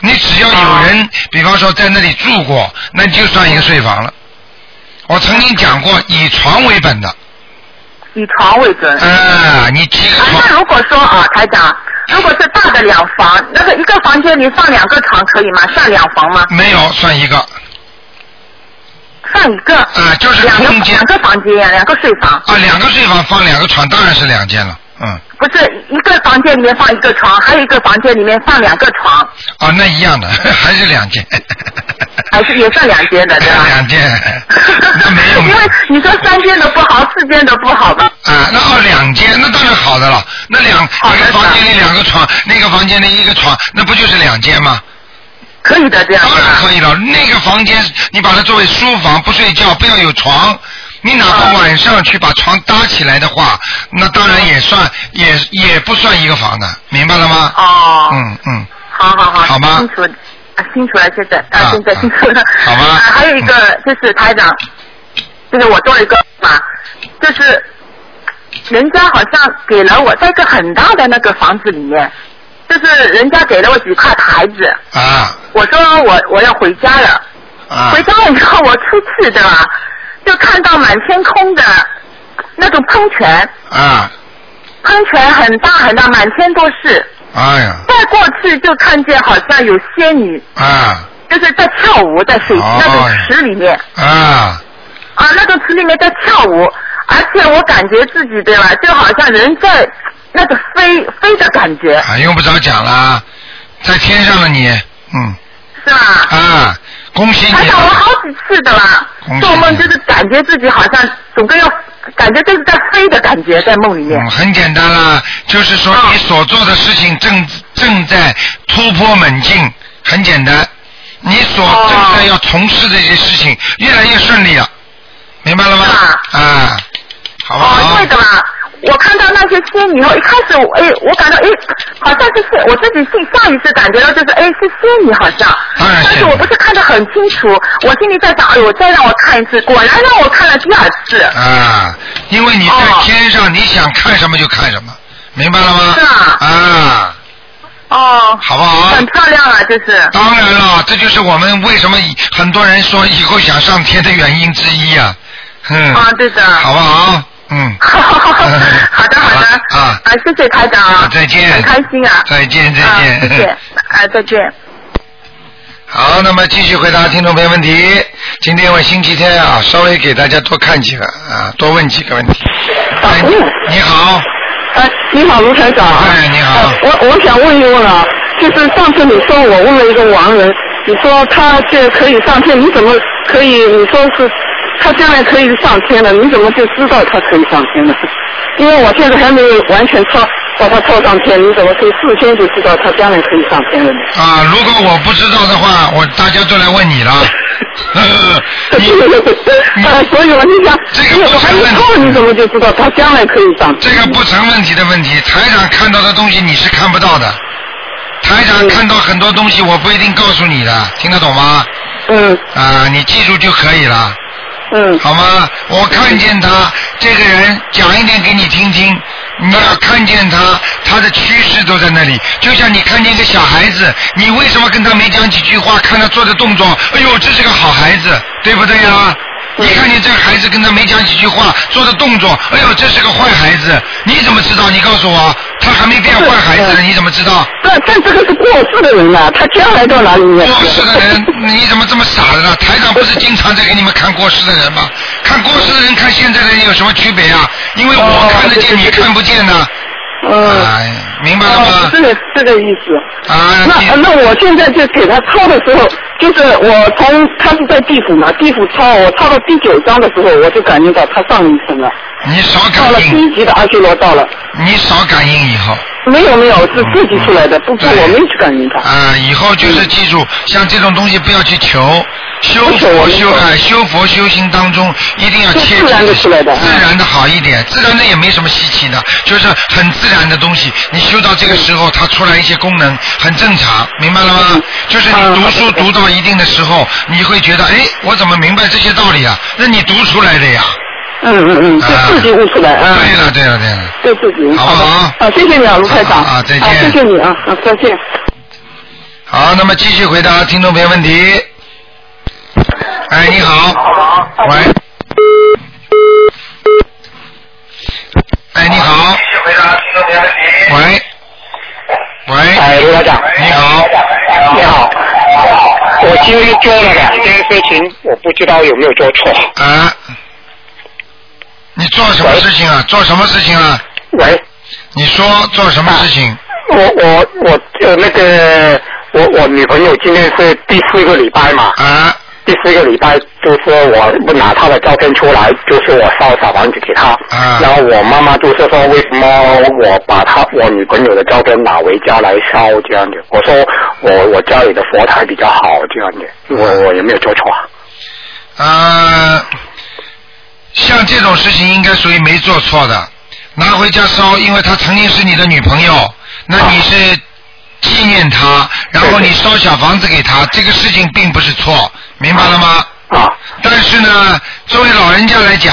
Speaker 2: 你只要有人，比方说在那里住过，那就算一个睡房了。我曾经讲过，以床为本的，
Speaker 12: 以床为准。
Speaker 2: 啊，你几个
Speaker 12: 啊，那如果说啊，台长，如果是大的两房，那个一个房间里放两个床可以吗？算两房吗？
Speaker 2: 没有算一个
Speaker 12: 算一个。
Speaker 2: 啊，就是
Speaker 12: 两个
Speaker 2: 空间
Speaker 12: 两个房间，两个睡房。
Speaker 2: 啊，两个睡房放两个床，当然是两间了，嗯，
Speaker 12: 不是一个房间里面放一个床，还有一个房间里面放两个床，
Speaker 2: 啊，那一样的， 还是两间，
Speaker 12: 还是也算两间的，对吧？
Speaker 2: 两间， 那没有
Speaker 12: 因为你说三间的不好，四间的不好吧？
Speaker 2: 啊，那哦两间，那当然好的了，那两一个房间里两个床，那个房间里一个床，那不就是两间吗？
Speaker 12: 可以的，这样啊
Speaker 2: 当然可以了。那个房间你把它作为书房，不睡觉，不要有床。你哪
Speaker 12: 啊
Speaker 2: 怕晚上去把床搭起来的话，那当然也算也也不算一个房的，明白了吗？
Speaker 12: 哦，
Speaker 2: 嗯嗯，
Speaker 12: 好好好，
Speaker 2: 好吗
Speaker 12: 清楚啊，清楚了，现在啊，现在清楚了，
Speaker 2: 好吗
Speaker 12: 啊，还有一个就是台长，就是我做了一个嘛，就是人家好像给了我在一个很大的那个房子里面，就是人家给了我几块牌子，
Speaker 2: 啊
Speaker 12: 我说我我要回家了，
Speaker 2: 啊
Speaker 12: 回家了以后我出去对吧，就看到满天空的那种喷泉，
Speaker 2: 啊！
Speaker 12: 喷泉很大很大，满天都是。
Speaker 2: 哎呀
Speaker 12: 再过去就看见好像有仙女，
Speaker 2: 啊
Speaker 12: 就是在跳舞，在水、
Speaker 2: 哦
Speaker 12: 那种池里面
Speaker 2: 啊！
Speaker 12: 啊，那种池里面在跳舞，而且我感觉自己对吧，就好像人在那个飞飞的感觉，
Speaker 2: 啊，用不着讲啦，在天上了你，嗯，
Speaker 12: 是吧？
Speaker 2: 啊，恭喜
Speaker 12: 台
Speaker 2: 你
Speaker 12: 长，哎我
Speaker 2: 了，
Speaker 12: 好几次的了
Speaker 2: 恭喜，
Speaker 12: 做梦就是感觉自己好像总归要感觉这是在飞的感觉，在梦里面。哦
Speaker 2: 嗯，很简单啦，就是说你所做的事情正正在突破猛进，很简单，你所
Speaker 12: 哦
Speaker 2: 正在要从事的一些事情越来越顺利了，明白了吗？啊，好不
Speaker 12: 哦，
Speaker 2: 好
Speaker 12: 对？的啦。我看到那些仙女后，一开始我哎，我感到哎，好像是仙，我自己性下意识感觉到就是哎是仙女好像，但是我不是看得很清楚，我心里在想，哎呦，再让我看一次，果然让我看了第二次。
Speaker 2: 啊，因为你
Speaker 12: 哦
Speaker 2: 在天上，你想看什么就看什么，明白了吗？
Speaker 12: 是啊
Speaker 2: 啊，
Speaker 12: 哦，
Speaker 2: 好不好？
Speaker 12: 很漂亮啊，就是。
Speaker 2: 当然了，这就是我们为什么以很多人说以后想上天的原因之一啊。嗯。
Speaker 12: 啊，对的。
Speaker 2: 好不好？ 嗯。
Speaker 12: 好的，好的。
Speaker 2: 啊。
Speaker 12: 啊，谢谢台长啊。
Speaker 2: 再见
Speaker 12: 很开心啊。
Speaker 2: 再见，再
Speaker 12: 啊
Speaker 2: 见。
Speaker 12: 谢谢。啊，再见。
Speaker 2: 好，那么继续回答听众朋友问题。今天我星期天啊，稍微给大家多看几个啊，多问几个问题。
Speaker 12: 哦
Speaker 2: 哎，
Speaker 12: 嗯
Speaker 2: 你好，
Speaker 5: 哎，你好，卢台长。
Speaker 2: 哎，你好。
Speaker 5: 我我想问一问啊，就是上次你说我问了一个亡人，你说他这可以上天，你怎么可以？你说是他将来可以上天了，你怎么就知道他可以上天了？因为我现在还没有完全超把他超上天，你怎么可以事先就知道他将来可以上天了呢？
Speaker 2: 啊，如果我不知道的话，我大家都来问你 了。 你
Speaker 12: 哎
Speaker 5: 啊，所以我就想，这个我还没超，你怎么就知道他将来可以上
Speaker 2: 这个不成问题的问题，台长看到的东西你是看不到的。台长看到很多东西，我不一定告诉你的，听得懂吗？
Speaker 5: 嗯。
Speaker 2: 啊，你记住就可以了。
Speaker 5: 嗯。
Speaker 2: 好吗？我看见他这个人，讲一点给你听听。你要看见他，他的趋势都在那里。就像你看见一个小孩子，你为什么跟他没讲几句话？看他做的动作，哎呦，这是个好孩子，对不对啊？
Speaker 5: 嗯
Speaker 2: 你看见这个孩子跟他没讲几句话，做的动作，哎呦，这是个坏孩子，你怎么知道？你告诉我，他还没变坏孩子呢，你怎么知道？
Speaker 5: 但但这个是过世的人了、啊他将来到哪里呢？
Speaker 2: 过世的人，你怎么这么傻的呢？台长不是经常在给你们看过世的人吗？看过世的人看现在的人有什么区别啊？因为我看得见，你看不见呢。
Speaker 5: 嗯。
Speaker 2: 哎，明白了
Speaker 5: 哦
Speaker 2: 吗？
Speaker 5: 这个这个意思。
Speaker 2: 啊。
Speaker 5: 那那我现在就给他抄的时候，就是我从他是在地府嘛，地府抄我抄到第九章的时候，我就感觉到他上一层了。
Speaker 2: 你少
Speaker 5: 到了第一级的阿修罗道了。
Speaker 2: 你少感应以后。
Speaker 5: 没有没有，是自己出来的，不不，我没去感应他。
Speaker 2: 啊，以后就是记住，像这种东西不要去求，修
Speaker 5: 嗯不求
Speaker 2: 佛
Speaker 5: 我
Speaker 2: 修
Speaker 5: 明白
Speaker 2: 哎修佛修行当中一定要
Speaker 5: 就
Speaker 2: 切
Speaker 5: 自然地出来的嗯
Speaker 2: 自然的好一点，自然的也没什么稀奇的，就是很自然的东西。你修到
Speaker 5: 嗯
Speaker 2: 这个时候，它出来一些功能，很正常，明白了吗？
Speaker 5: 嗯
Speaker 2: 就是你
Speaker 5: 啊
Speaker 2: 读书读到一定的时候，你会觉得，哎，我怎么明白这些道理啊？那你读出来的呀。
Speaker 5: 嗯嗯嗯，就自己悟出来啊。
Speaker 2: 对了对了对了，
Speaker 5: 就自己。
Speaker 2: 好不好
Speaker 5: 的啊，谢谢你啊，卢台长。
Speaker 2: 好好好再见
Speaker 5: 啊谢谢你啊，啊，再见。
Speaker 2: 好，那么继续回答听众朋友问题。哎，你好。喂。哎，你好。喂。喂。
Speaker 13: 哎，卢台长。
Speaker 2: 你好。
Speaker 13: 你好。我今天做了两件事情，我不知道有没有做错。
Speaker 2: 啊。你做什么事情啊？做什么事情啊？
Speaker 13: 喂。
Speaker 2: 你说做什么事情？
Speaker 13: 我我我呃那个我我女朋友今天是第四个礼拜嘛。
Speaker 2: 啊。
Speaker 13: 第四个礼拜就说我不拿她的照片出来，就是我烧小房子给她。
Speaker 2: 啊
Speaker 13: 然后我妈妈就是说，为什么我把她我女朋友的照片拿回家来烧这样子？我说我我家里的佛台比较好这样子，我我有没有做错啊？
Speaker 2: 呃，像这种事情应该属于没做错的，拿回家烧，因为她曾经是你的女朋友，那
Speaker 13: 啊
Speaker 2: 你是纪念她，然后你烧小房子给她，这个事情并不是错，明白了吗？
Speaker 13: 啊。
Speaker 2: 但是呢，作为老人家来讲。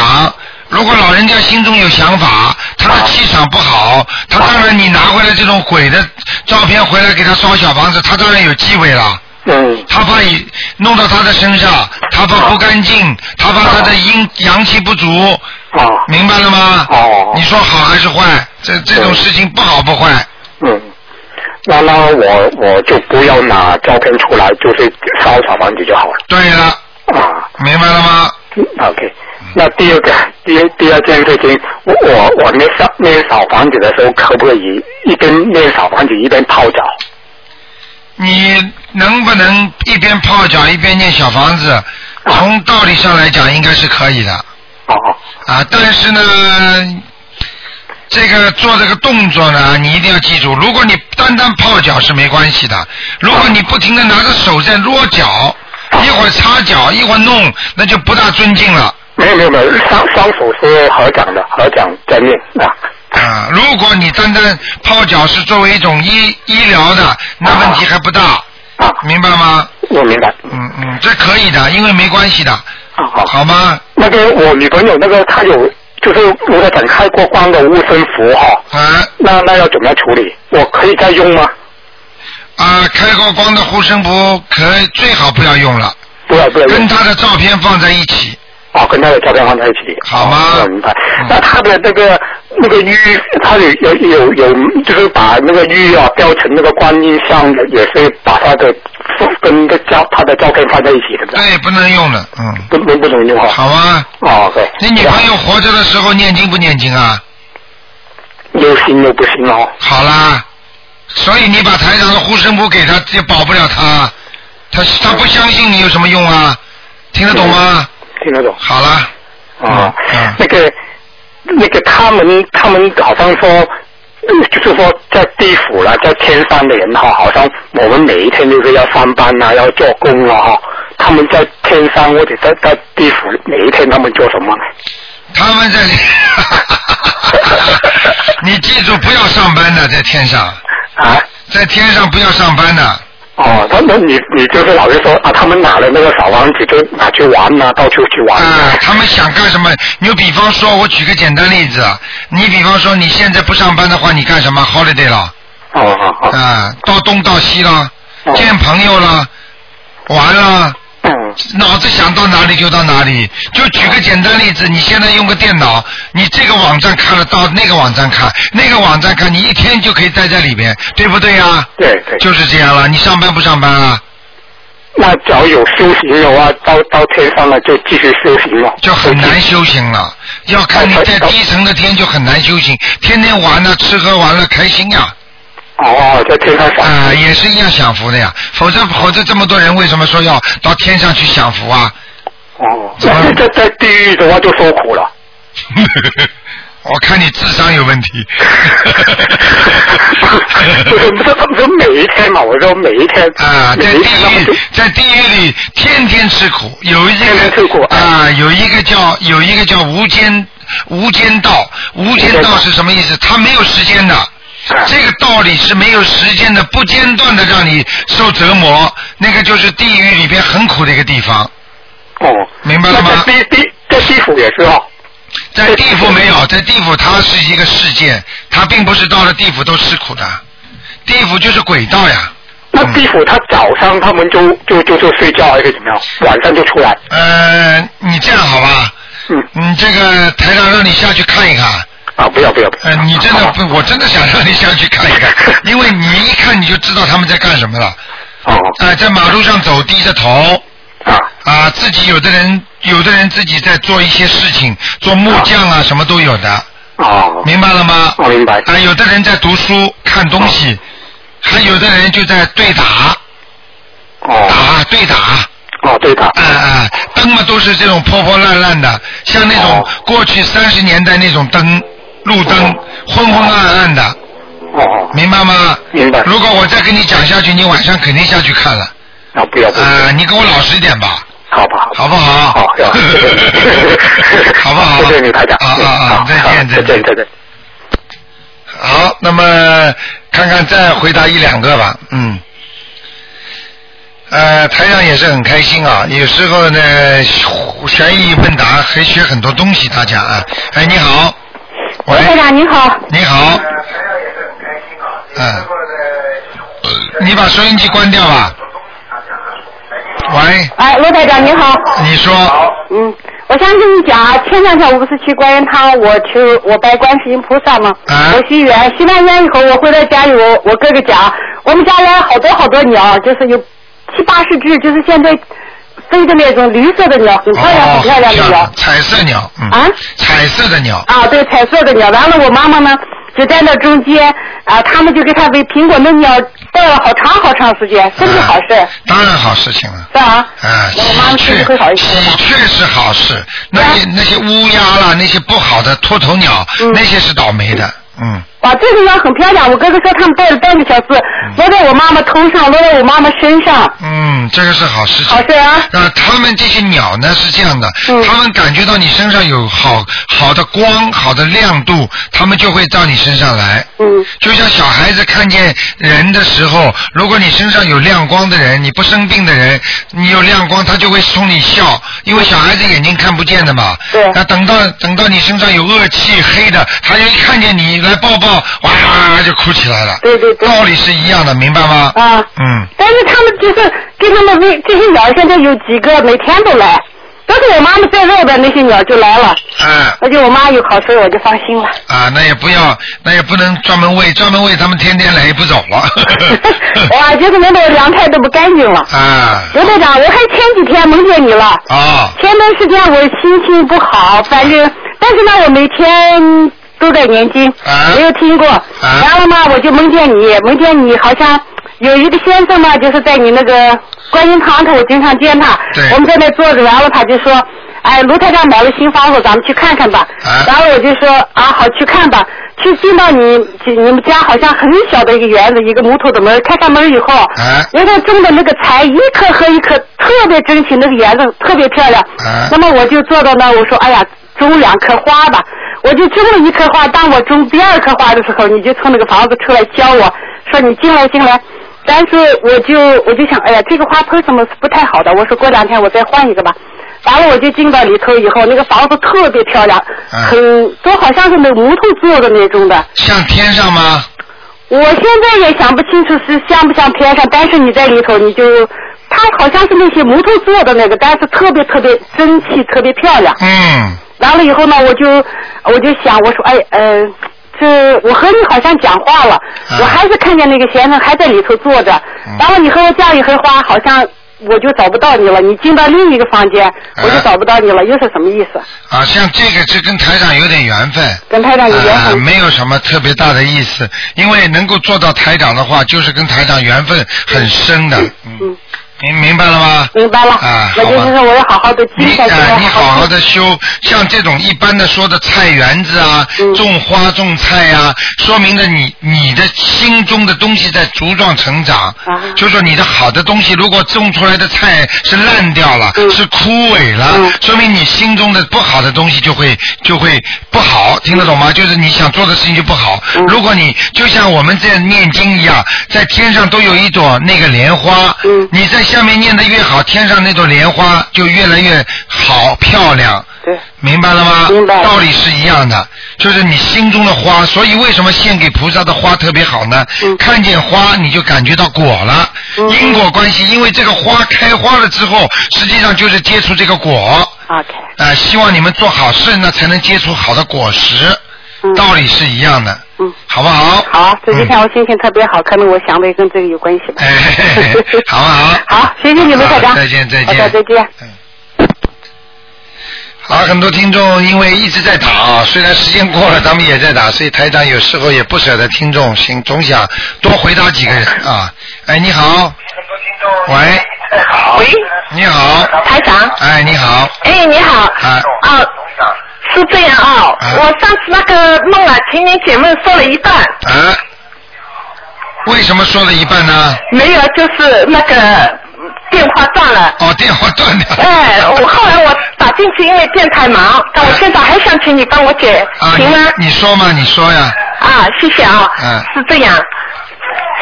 Speaker 2: 如果老人家心中有想法，他的气场不好，他当然你拿回来这种鬼的照片回来给他烧小房子，他当然有忌讳了。
Speaker 13: 嗯。
Speaker 2: 他怕以弄到他的身上，他怕不干净，他怕他的阴阳气不足。明白了吗？你说好还是坏？这这种事情不好不坏。
Speaker 13: 嗯，那那我我就不要拿照片出来，就是烧小房子就好了。
Speaker 2: 对了。
Speaker 13: 啊。
Speaker 2: 明白了吗
Speaker 13: ？OK。那第二个，第二第二件事情，我我我念小念小房子的时候，可不可以一边念小房子一边泡澡？
Speaker 2: 你能不能一边泡脚一边念小房子？从道理上来讲，应该是可以的。
Speaker 13: 哦
Speaker 2: 啊，但是呢，这个做这个动作呢，你一定要记住，如果你单单泡脚是没关系的，如果你不停的拿着手在搓脚，一会儿擦脚，一会儿弄，那就不大尊敬了。
Speaker 13: 没有没有没有，双双手是合掌的，合掌在念啊。
Speaker 2: 啊，如果你单单泡脚是作为一种医医疗的，那问题还不大，明白吗？
Speaker 13: 啊我明白。啊
Speaker 2: 嗯嗯，这可以的，因为没关系的。
Speaker 13: 好，
Speaker 2: 好吗？
Speaker 13: 那个我女朋友那个她有就是我的展开过光的护身符哈、
Speaker 2: 啊，
Speaker 13: 那那要怎么样处理？我可以再用吗？
Speaker 2: 啊，开过光的护身符可最好不要用了。
Speaker 13: 不要不要
Speaker 2: 跟他的照片放在一起。
Speaker 13: 哦，跟她的照片放在一起。
Speaker 2: 好吗？嗯
Speaker 13: 我明白。那她的那个那个玉，她有有有有，就是把那个玉啊雕成那个观音像的，也是把她的跟这照她的照片放在一起的，
Speaker 2: 对，不能用了，嗯。
Speaker 13: 不不不能用哈。
Speaker 2: 好吗？
Speaker 13: 哦，对。
Speaker 2: 你女朋友活着的时候念经不念经啊？
Speaker 13: 又行又不行哦。
Speaker 2: 好啦，所以你把台长的护身符给他，也保不了他。他他不相信你有什么用啊？听得懂吗？
Speaker 13: 嗯听得懂。
Speaker 2: 好啦，
Speaker 13: 啊、那个那个他们他们好像说，呃就是说在地府啦，在天上的人哈，好像我们每一天就是要上班啊，要做工啊哈。他们在天上或者在在地府，每一天他们做什么呢？
Speaker 2: 他们在， 你记住不要上班的，在天上。
Speaker 13: 啊？
Speaker 2: 在天上不要上班的。
Speaker 13: 哦，他们你你就是老是说啊，他们拿了那个小王子就拿去玩呐、到处去玩啊。
Speaker 2: 他们想干什么？你就比方说，我举个简单例子，你比方说你现在不上班的话，你干什么？holiday 了？
Speaker 13: 哦哦
Speaker 2: 哦。啊，到东到西了，见朋友了，玩了。
Speaker 13: 嗯
Speaker 2: 脑子想到哪里就到哪里。就举
Speaker 13: 哦
Speaker 2: 个简单例子，你现在用个电脑，你这个网站看了到那个网站看，那个网站看，你一天就可以待在里边，对不对呀？
Speaker 13: 对对。
Speaker 2: 就是这样了。你上班不上班啊？
Speaker 13: 那只要有修行的话，到到天上了就继续修行了。
Speaker 2: 就很难修行了。要看
Speaker 13: 哦
Speaker 2: 你在低层的天就很难修行，天天玩了，吃喝玩乐，开心呀。
Speaker 13: 哦，在天上享
Speaker 2: 啊、也是一样享福的呀。否则，否则这么多人为什么说要到天上去享福啊？
Speaker 13: 哦，在在在地狱的话就受苦了。
Speaker 2: 我看你智商有 问题。
Speaker 13: 就是不是不是每一天嘛？我说每一天
Speaker 2: 啊，在地狱，在地狱里天天吃苦，有一个吃苦啊，有一个叫有一个叫无间无间道，无间道是什么意思？它没有时间
Speaker 13: 啊
Speaker 2: 的。这个道理是没有时间的，不间断的让你受折磨，那个就是地狱里边很苦的一个地方。
Speaker 13: 哦，
Speaker 2: 明白了吗？
Speaker 13: 在地地在地府也是哦。
Speaker 2: 在地府没有，在地府它是一个世界，它并不是到了地府都吃苦的，地府就是轨道呀。
Speaker 13: 那地府他早上他们就就就就睡觉还是怎么样？晚上就出来。
Speaker 2: 呃，你这样好吧？
Speaker 13: 嗯。
Speaker 2: 你这个台长让你下去看一看。
Speaker 13: 啊，不要不要。
Speaker 2: 呃，你真的不，我真的想让你下去看一 看，因为你一看你就知道他们在干什么了。
Speaker 13: 哦。
Speaker 2: 呃，在马路上走，低着头。
Speaker 13: 啊。
Speaker 2: 啊，自己有的人，有的人自己在做一些事情，做木匠啊，什么都有的。
Speaker 13: 哦。
Speaker 2: 明白了吗？
Speaker 13: 我明白。
Speaker 2: 啊，有的人在读书、看东西，还有的人就在对打。
Speaker 13: 哦。
Speaker 2: 打对打。
Speaker 13: 哦，对打。
Speaker 2: 啊啊，灯嘛都是这种破破烂烂的，像那
Speaker 13: 哦
Speaker 2: 种过去三十年代那种灯，路灯昏昏暗暗的。
Speaker 13: 哦。
Speaker 2: 明白吗？
Speaker 13: 明白。
Speaker 2: 如果我再跟你讲下去，你晚上肯定下去看了。
Speaker 13: 啊，不要
Speaker 2: 不要。啊，你给我老实一点吧。
Speaker 13: 好吧。
Speaker 2: 好不好？好。 好不好？
Speaker 13: 谢谢你台长。嗯
Speaker 2: 啊啊啊！再见再见
Speaker 13: 再见。
Speaker 2: 好，那么看看再回答一两个吧，嗯。呃，台长也是很开心啊，有时候呢，悬疑问答还学很多东西，大家啊。哎，你好，喂，台
Speaker 14: 哎长你好，
Speaker 2: 你好。嗯。你把收音机关掉吧。喂，
Speaker 14: 哎，罗台长你好，
Speaker 2: 你说。
Speaker 14: 嗯，我想跟你讲啊，前两天我不是去观音堂，我去我拜观世音菩萨嘛，
Speaker 2: 啊
Speaker 14: 我许愿，许完愿以后，我回到家里，我我哥哥讲，我们家来好多好多鸟，啊就是有七八十只，就是现在飞的那种绿色的鸟，很漂亮
Speaker 2: 哦
Speaker 14: 很
Speaker 2: 啊
Speaker 14: 漂亮的鸟。
Speaker 2: 彩色鸟，嗯。
Speaker 14: 啊。
Speaker 2: 彩色的鸟。
Speaker 14: 啊，对，彩色的鸟。完了，我妈妈呢，就在那中间啊，他们就给他喂苹果嫩鸟，带了好长好长时间，真是好事，
Speaker 2: 当然好事情了。
Speaker 14: 是吧？
Speaker 2: 啊，喜鹊，喜鹊是嗯好事，那些那些乌鸦啦，那些不好的秃头鸟，那些是倒霉的，嗯，
Speaker 14: 哇，这个鸟很漂亮，我哥哥说他们带了半个小时，落在我妈妈头上，落在我妈妈身上，
Speaker 2: 嗯，这个是好事情。
Speaker 14: 好事啊！嗯
Speaker 2: 呃，他们这些鸟呢是这样的，他们感觉到你身上有好好的光、好的亮度，他们就会到你身上来。
Speaker 14: 嗯。
Speaker 2: 就像小孩子看见人的时候，如果你身上有亮光的人，你不生病的人，你有亮光，他就会冲你笑，因为小孩子眼睛看不见的嘛。
Speaker 14: 对。
Speaker 2: 那等到等到你身上有恶气、黑的，他就一看见你来抱抱，哇哇哇就哭起来了。
Speaker 14: 对对对。
Speaker 2: 道理是一样的，明白吗？
Speaker 14: 啊，
Speaker 2: 嗯。
Speaker 14: 但是他们就是给他们喂这些鸟，现在有几个每天都来，都是我妈妈在肉的那些鸟就来了，
Speaker 2: 嗯。
Speaker 14: 而且我妈有好事我就放心了。
Speaker 2: 啊，那也不要，那也不能专门喂，专门喂他们天天来也不走 了。
Speaker 14: 哇，就是弄得凉菜都不干净了。
Speaker 2: 啊
Speaker 14: 刘队长，我还前几天梦见你了。
Speaker 2: 啊
Speaker 14: 前段时间我心情不好，反正，但是呢，我每天都在念经，没有听过。然后呢，我就梦见你，梦见你好像有一个先生嘛，就是在你那个观音堂头，我经常见他。
Speaker 2: 对
Speaker 14: 我们在那坐着，然后他就说。哎，卢台长买了新房子，咱们去看看吧。然后我就说啊，好，去看吧。去进到你去你们家好像很小的一个园子，一个木头的门，开上门以后，人家种的那个菜一颗和一颗特别珍惜，那个园子特别漂亮。那么我就坐到那，我说哎呀，种两棵花吧。我就种了一棵花，当我种第二棵花的时候，你就从那个房子出来教我说你进来进来。但是我就我就想，哎呀，这个花盆什么是不太好的，我说过两天我再换一个吧。完了我就进到里头以后，那个房子特别漂亮，
Speaker 2: 嗯
Speaker 14: 很都好像是那木头做的那种的。
Speaker 2: 像天上吗？
Speaker 14: 我现在也想不清楚是像不像天上，但是你在里头你就，它好像是那些木头做的那个，但是特别特别珍惜，特别漂亮。
Speaker 2: 嗯。
Speaker 14: 完了以后呢，我就我就想，我说哎呃，这我和你好像讲话了，
Speaker 2: 嗯
Speaker 14: 我还是看见那个先生还在里头坐着。然后你和我讲一会儿话，好像我就找不到你了，你进到另一个房间，
Speaker 2: 嗯
Speaker 14: 我就找不到你了，又是什么意思？
Speaker 2: 啊，像这个是跟台长有点缘分。
Speaker 14: 跟台长有缘分
Speaker 2: 啊，没有什么特别大的意思，因为能够做到台长的话，就是跟台长缘分很深的。嗯。明明白了吗？
Speaker 14: 明白了，
Speaker 2: 啊，
Speaker 14: 我
Speaker 2: 好
Speaker 14: 就是
Speaker 2: 吧。
Speaker 14: 说我要好好的记下去，
Speaker 2: 啊，你好好的修，像这种一般的说的菜园子啊，
Speaker 14: 嗯
Speaker 2: 种花种菜啊，说明了你你的心中的东西在茁壮成长。
Speaker 14: 啊
Speaker 2: 就说你的好的东西，如果种出来的菜是烂掉了，
Speaker 14: 嗯
Speaker 2: 是枯萎了，说明你心中的不好的东西就会就会不好，听得懂吗？就是你想做的事情就不好。
Speaker 14: 嗯
Speaker 2: 如果你就像我们在念经一样，在天上都有一朵那个莲花，
Speaker 14: 嗯
Speaker 2: 你在下面念的越好，天上那朵莲花就越来越好漂亮。
Speaker 14: 对，
Speaker 2: 明白了吗？
Speaker 14: 明白
Speaker 2: 道理是一样的，就是你心中的花，所以为什么献给菩萨的花特别好呢？
Speaker 14: 嗯
Speaker 2: 看见花你就感觉到果了，因果关系，因为这个花开花了之后，实际上就是接触这个果。
Speaker 14: OK。
Speaker 2: 啊，希望你们做好事，那才能接触好的果实，道理是一样的，
Speaker 14: 嗯，
Speaker 2: 好不好？嗯
Speaker 14: 好，这几天我心情特别好，可能我想的也跟这个有关
Speaker 2: 哎
Speaker 14: 系吧。
Speaker 2: 好不好？
Speaker 14: 好，谢谢你们，台长。
Speaker 2: 好再见再见
Speaker 14: 好的再见。
Speaker 2: 好，啊很多听众因为一直在打啊，虽然时间过了，他们也在打，所以台长有时候也不舍得听众，心总想多回答几个人啊。哎，你好。喂。
Speaker 12: 喂。
Speaker 2: 你好。
Speaker 12: 台长。
Speaker 2: 哎，你好。
Speaker 12: 哎，你好。
Speaker 2: 啊。
Speaker 12: 啊，是这样啊、
Speaker 2: 哎
Speaker 12: 我上次那个梦啊，情人解梦说了一半，
Speaker 2: 啊。为什么说了一半呢？
Speaker 12: 没有，就是那个电话断了。
Speaker 2: 哦，电话断了。
Speaker 12: 哎，我后来我打进去，因为电台忙，但我现在还想请你帮我解，
Speaker 2: 啊，
Speaker 12: 行吗？
Speaker 2: 你你说嘛，你说呀。
Speaker 12: 啊，谢谢啊。
Speaker 2: 嗯
Speaker 12: 是这样，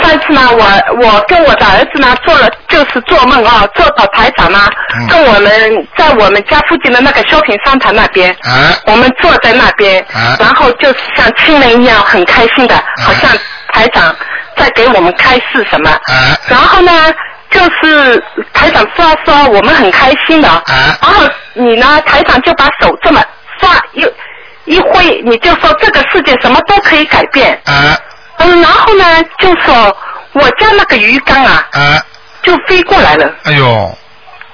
Speaker 12: 上次呢，我我跟我的儿子呢做了，就是做梦啊，做到台长呢，
Speaker 2: 嗯
Speaker 12: 跟我们在我们家附近的那个 shopping 商场那边，
Speaker 2: 啊、
Speaker 12: 我们坐在那边，
Speaker 2: 啊
Speaker 12: 然后就是像亲人一样很开心的，好像台长在给我们开示什么，
Speaker 2: 啊、
Speaker 12: 然后呢。就是台长说说我们很开心的，
Speaker 2: 啊、
Speaker 12: 然后你呢台长就把手这么刷又一挥，你就说这个世界什么都可以改变。
Speaker 2: 啊。
Speaker 15: 呃
Speaker 12: 嗯，然后呢，就说我家那个鱼缸啊，
Speaker 2: 啊，
Speaker 12: 就飞过来了，
Speaker 2: 哎呦，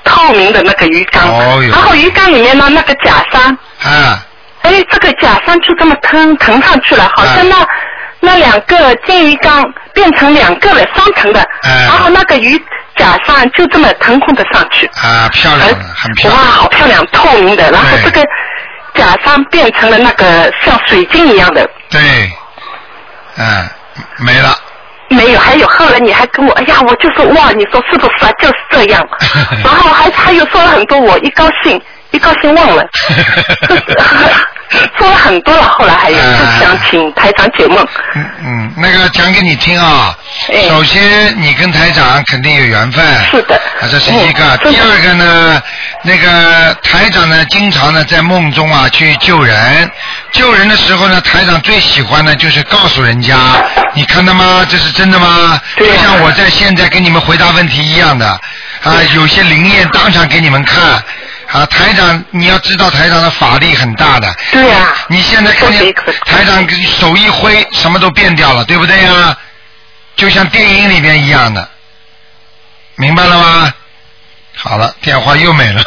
Speaker 12: 透明的那个鱼缸。
Speaker 14: 哎
Speaker 2: 哦哟
Speaker 12: 然后鱼缸里面呢，那个假山
Speaker 2: 啊，
Speaker 15: 哎，这个甲上就这么腾腾上去了，好像那、那两个金鱼缸变成两个了，双层的，然后那个鱼甲上就这么腾空的上去，
Speaker 2: 啊，漂亮了，很漂
Speaker 15: 哇，
Speaker 2: 亮。
Speaker 15: 好漂亮，透明的，然后这个甲上变成了那个像水晶一样的，
Speaker 2: 对，嗯，没了。
Speaker 15: 没有，还有后来你还跟我，哎呀，我就说哇，你说是不是啊？就是这样，然后还还有说了很多，我一高兴一高兴忘了， 说了很多了，后来还有就想请台长解梦，哎
Speaker 2: 嗯，那个讲给你听啊。首先，你跟台长肯定有缘分。是的。啊，这是一
Speaker 15: 嗯
Speaker 2: 个。第二个呢，那个台长呢，经常呢在梦中啊去救人。救人的时候呢，台长最喜欢呢就是告诉人家，你看到吗？这是真的吗？就像我在现在给你们回答问题一样的。啊，有些灵验当场给你们看。啊，台长，你要知道台长的法力很大的。对呀、你现在看见台长手一挥，什么都变掉了，对不对呀、就像电影里边一样的，明白了吗？好了，电话又没了。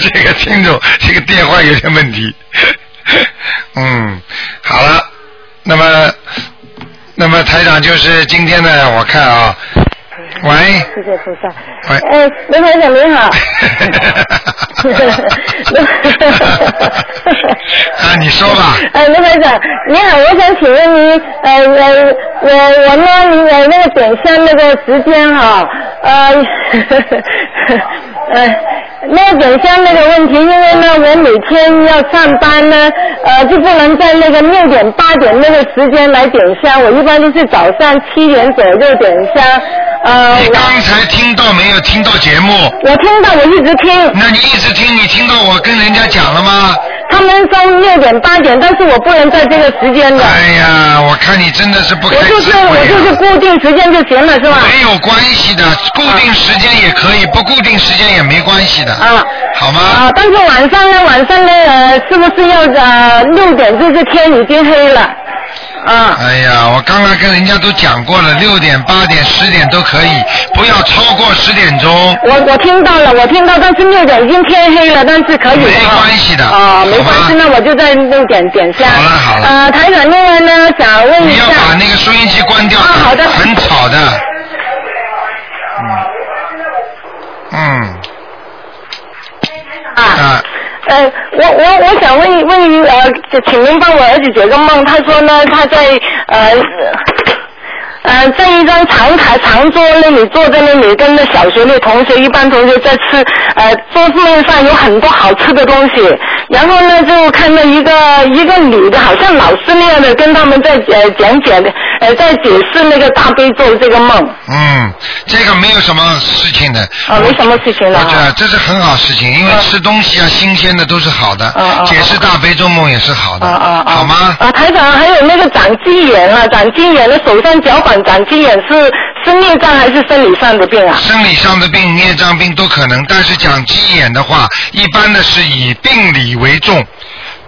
Speaker 2: 这个听众，这个电话有点问题。嗯，好了，那么，那么台长就是今天呢，我看啊，喂，
Speaker 12: 谢谢菩萨。
Speaker 2: 喂
Speaker 12: 哎，刘台长您好。
Speaker 2: 啊，你说吧，
Speaker 12: 哎，刘台长，你好，我想请问您，呃，呃我我呢，呃，那个点香那个时间哈、呃， 呃，那个点香那个问题，因为呢，我每天要上班呢，呃，就不能在那个六点八点那个时间来点香，我一般都是早上七点左右点香，呃，
Speaker 2: 你刚才听到没有？听到节目？
Speaker 12: 我听到，我一直听。
Speaker 2: 那你一直听，你听到我跟人家讲了吗？
Speaker 12: 他们说六点八点，但是我不能在这个时间的。
Speaker 2: 哎呀，我看你真的是不
Speaker 12: 我
Speaker 2: 开
Speaker 12: 就
Speaker 2: 智
Speaker 12: 是
Speaker 2: 慧、啊。
Speaker 12: 我就是固定时间就行了，是吧？
Speaker 2: 没有关系的，固定时间也可以，不固定时间也没关系的。啊，好吗？
Speaker 12: 啊，但是晚上呢，晚上呢，呃，是不是要呃六点？就是天已经黑了。啊。
Speaker 2: 哎呀，我刚刚跟人家都讲过了，六点、八点、十点都可以，不要超过十点钟。
Speaker 12: 我我听到了，我听到，但是六点已经天黑了，但是可以的
Speaker 2: 没
Speaker 12: 哈
Speaker 2: 关系的
Speaker 12: 啊，没关系，那我就在六点点下。好了好了。呃，台长，另外呢，想问一
Speaker 2: 你要
Speaker 12: 下，
Speaker 2: 把那个收音机关掉，
Speaker 12: 啊
Speaker 2: 好的，很吵的。嗯。嗯。啊。
Speaker 12: 呃，我我我想问问呃，请您帮我儿子解个梦。他说呢，他在呃呃在一张长台长桌那里坐在那里，跟那小学的同学、一班同学在吃。呃，桌面上有很多好吃的东西。然后呢，就看到一个一个女的，好像老师那样的，跟他们在呃讲解的，呃在解释那个大悲咒这个梦。
Speaker 2: 嗯，这个没有什么事情的。
Speaker 12: 啊没什么事情了
Speaker 2: 我觉
Speaker 12: 啊
Speaker 2: 得这是很好事情，因为吃东西啊，新鲜的都是好的。解释大悲咒梦也是好的，好吗？
Speaker 12: 啊，台长，还有那个长肌炎啊，长肌炎的手上脚板长肌炎是是孽障还是生理上的病啊？
Speaker 2: 生理上的病、孽障病都可能，但是讲鸡眼的话，一般的是以病理为重，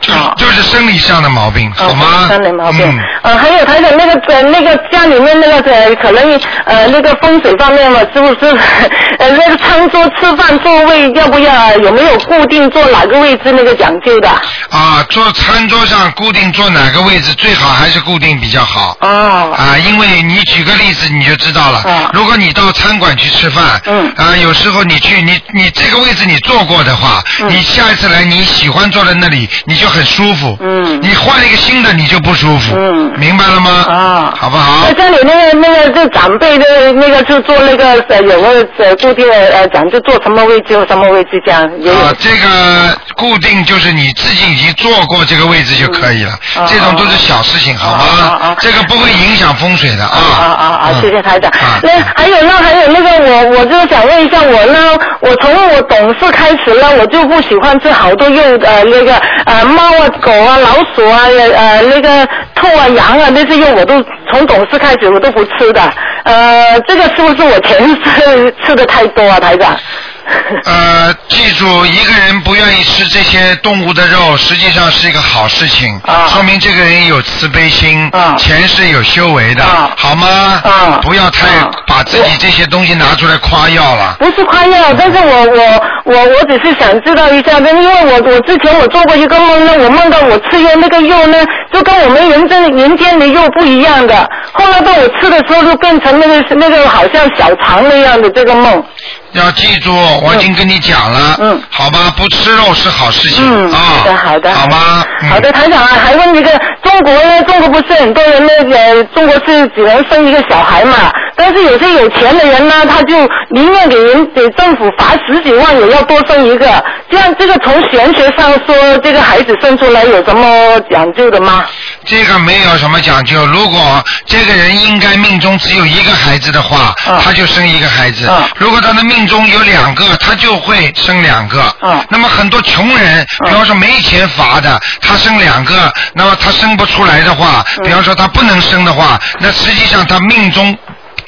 Speaker 2: 就是、就是生理上的毛病，好吗？生理毛病。嗯
Speaker 12: 呃，还有台长那个呃那个家里面那个呃可能呃那个风水方面嘛，是不是 呃那个餐桌吃饭座位要不要有没有固定坐哪个位置那个讲究的？
Speaker 2: 啊，坐餐桌上固定坐哪个位置最好还是固定比较好。
Speaker 12: 哦。
Speaker 2: 啊，因为你举个例子你就知道了。如果你到餐馆去吃饭，嗯。啊，有时候你去你你这个位置你坐过的话，你下一次来你喜欢坐在那里，你就很舒服。嗯。你换了一个新的你就不舒服。嗯。明白了吗？啊。好不好
Speaker 12: 那？家里那个那个就长辈的那个就坐那个呃有没有呃固定的呃讲究坐什么位置什么位置这样也有。
Speaker 2: 啊，这个固定就是你自己已经坐过这个位置就可以了，
Speaker 12: 嗯
Speaker 2: 这种都是小事情，好吗？这个不会影响风水的啊。
Speaker 12: 啊啊，谢谢台长。那还有呢，还有那个我，我就想问一下，我呢，我从我懂事开始呢，我就不喜欢吃好多肉，呃，那个呃猫啊、狗啊、老鼠啊、呃那个兔啊、羊啊那些肉，我都从懂事开始我都不吃的。呃，这个是不是我前世吃的太多啊，台长？
Speaker 2: 呃，记住，一个人不愿意吃这些动物的肉，实际上是一个好事情，
Speaker 12: 嗯
Speaker 2: 说明这个人有慈悲心，前世有修为的，
Speaker 12: 嗯
Speaker 2: 好吗？不要太把自己这些东西拿出来夸耀了。
Speaker 12: 不是夸耀，但是我我我我只是想知道一下，因为我我之前我做过一个梦呢，我梦到我吃的那个肉呢，就跟我们人间人间的肉不一样的，后来到我吃的时候就变成那个那个好像小肠那样的这个梦。
Speaker 2: 要记住，我已经跟你讲了，嗯，好吧，不吃肉是好事情
Speaker 12: 嗯，
Speaker 2: 啊，
Speaker 12: 好的，好的，
Speaker 2: 好吗？
Speaker 12: 好的，台长啊，还问一个，中国呢，中国不是很多人呢，呃，中国是只能生一个小孩嘛，但是有些有钱的人呢，他就宁愿给人给政府罚十几万，也要多生一个，这样这个从玄学上说，这个孩子生出来有什么讲究的吗？
Speaker 2: 这个没有什么讲究。如果这个人应该命中只有一个孩子的话，他就生一个孩子；如果他的命中有两个，他就会生两个。那么很多穷人，比方说没钱罚的，他生两个，那么他生不出来的话，比方说他不能生的话，那实际上他命中。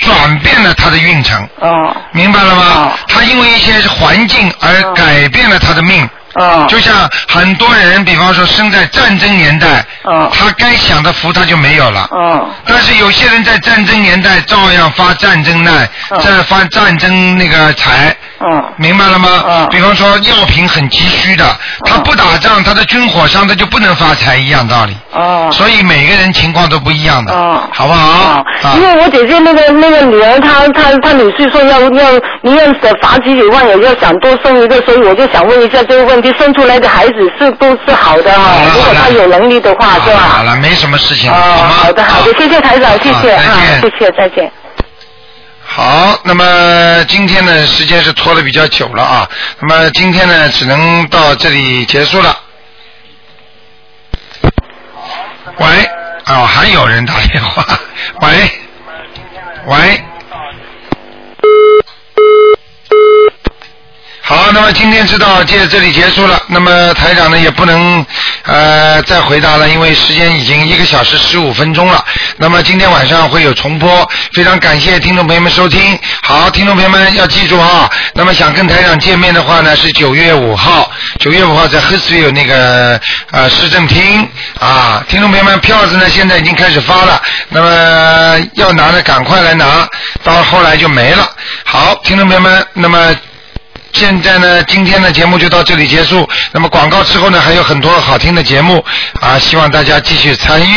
Speaker 2: 转变了他的运程，
Speaker 12: 哦，
Speaker 2: 明白了吗？他因为一些环境而改变了他的命，
Speaker 12: 哦，
Speaker 2: 就像很多人，比方说生在战争年代，
Speaker 12: 哦，
Speaker 2: 他该享的福他就没有了，
Speaker 12: 哦，
Speaker 2: 但是有些人在战争年代照样发战争难，再发战争那个财，
Speaker 12: 嗯，
Speaker 2: 明白了吗？比方说药品很急需的，他不打仗，他的军火商他就不能发财，一样道理。
Speaker 12: 哦，
Speaker 2: 所以每个人情况都不一样的，好不好？啊
Speaker 12: 因，为我姐姐那个那个女儿，她她她女婿说要要宁愿罚几几万，也要想多生一个，所以我就想问一下这个问题，生出来的孩子是都是好的啊？如果她有能力的话，是吧？
Speaker 2: 好了，没什么事情，
Speaker 12: 哦，
Speaker 2: 好吗？
Speaker 12: 好的好的，谢谢台长，谢谢
Speaker 2: 好再
Speaker 12: 啊
Speaker 2: 见，
Speaker 12: 谢谢再见。
Speaker 2: 好，那么今天呢，时间是拖得比较久了啊，那么今天呢，只能到这里结束了。喂，哦，还有人打电话，喂，喂，好，那么今天知道这这里结束了，那么台长呢也不能呃再回答了，因为时间已经一个小时十五分钟了。那么今天晚上会有重播，非常感谢听众朋友们收听。好，听众朋友们要记住啊，那么想跟台长见面的话呢是九月五号，九月五号在 h 斯 s 有那个呃市政厅啊，听众朋友们票子呢现在已经开始发了，那么要拿的赶快来拿，到后来就没了。好，听众朋友们，那么。现在呢，今天的节目就到这里结束。那么广告之后呢，还有很多好听的节目啊，希望大家继续参与。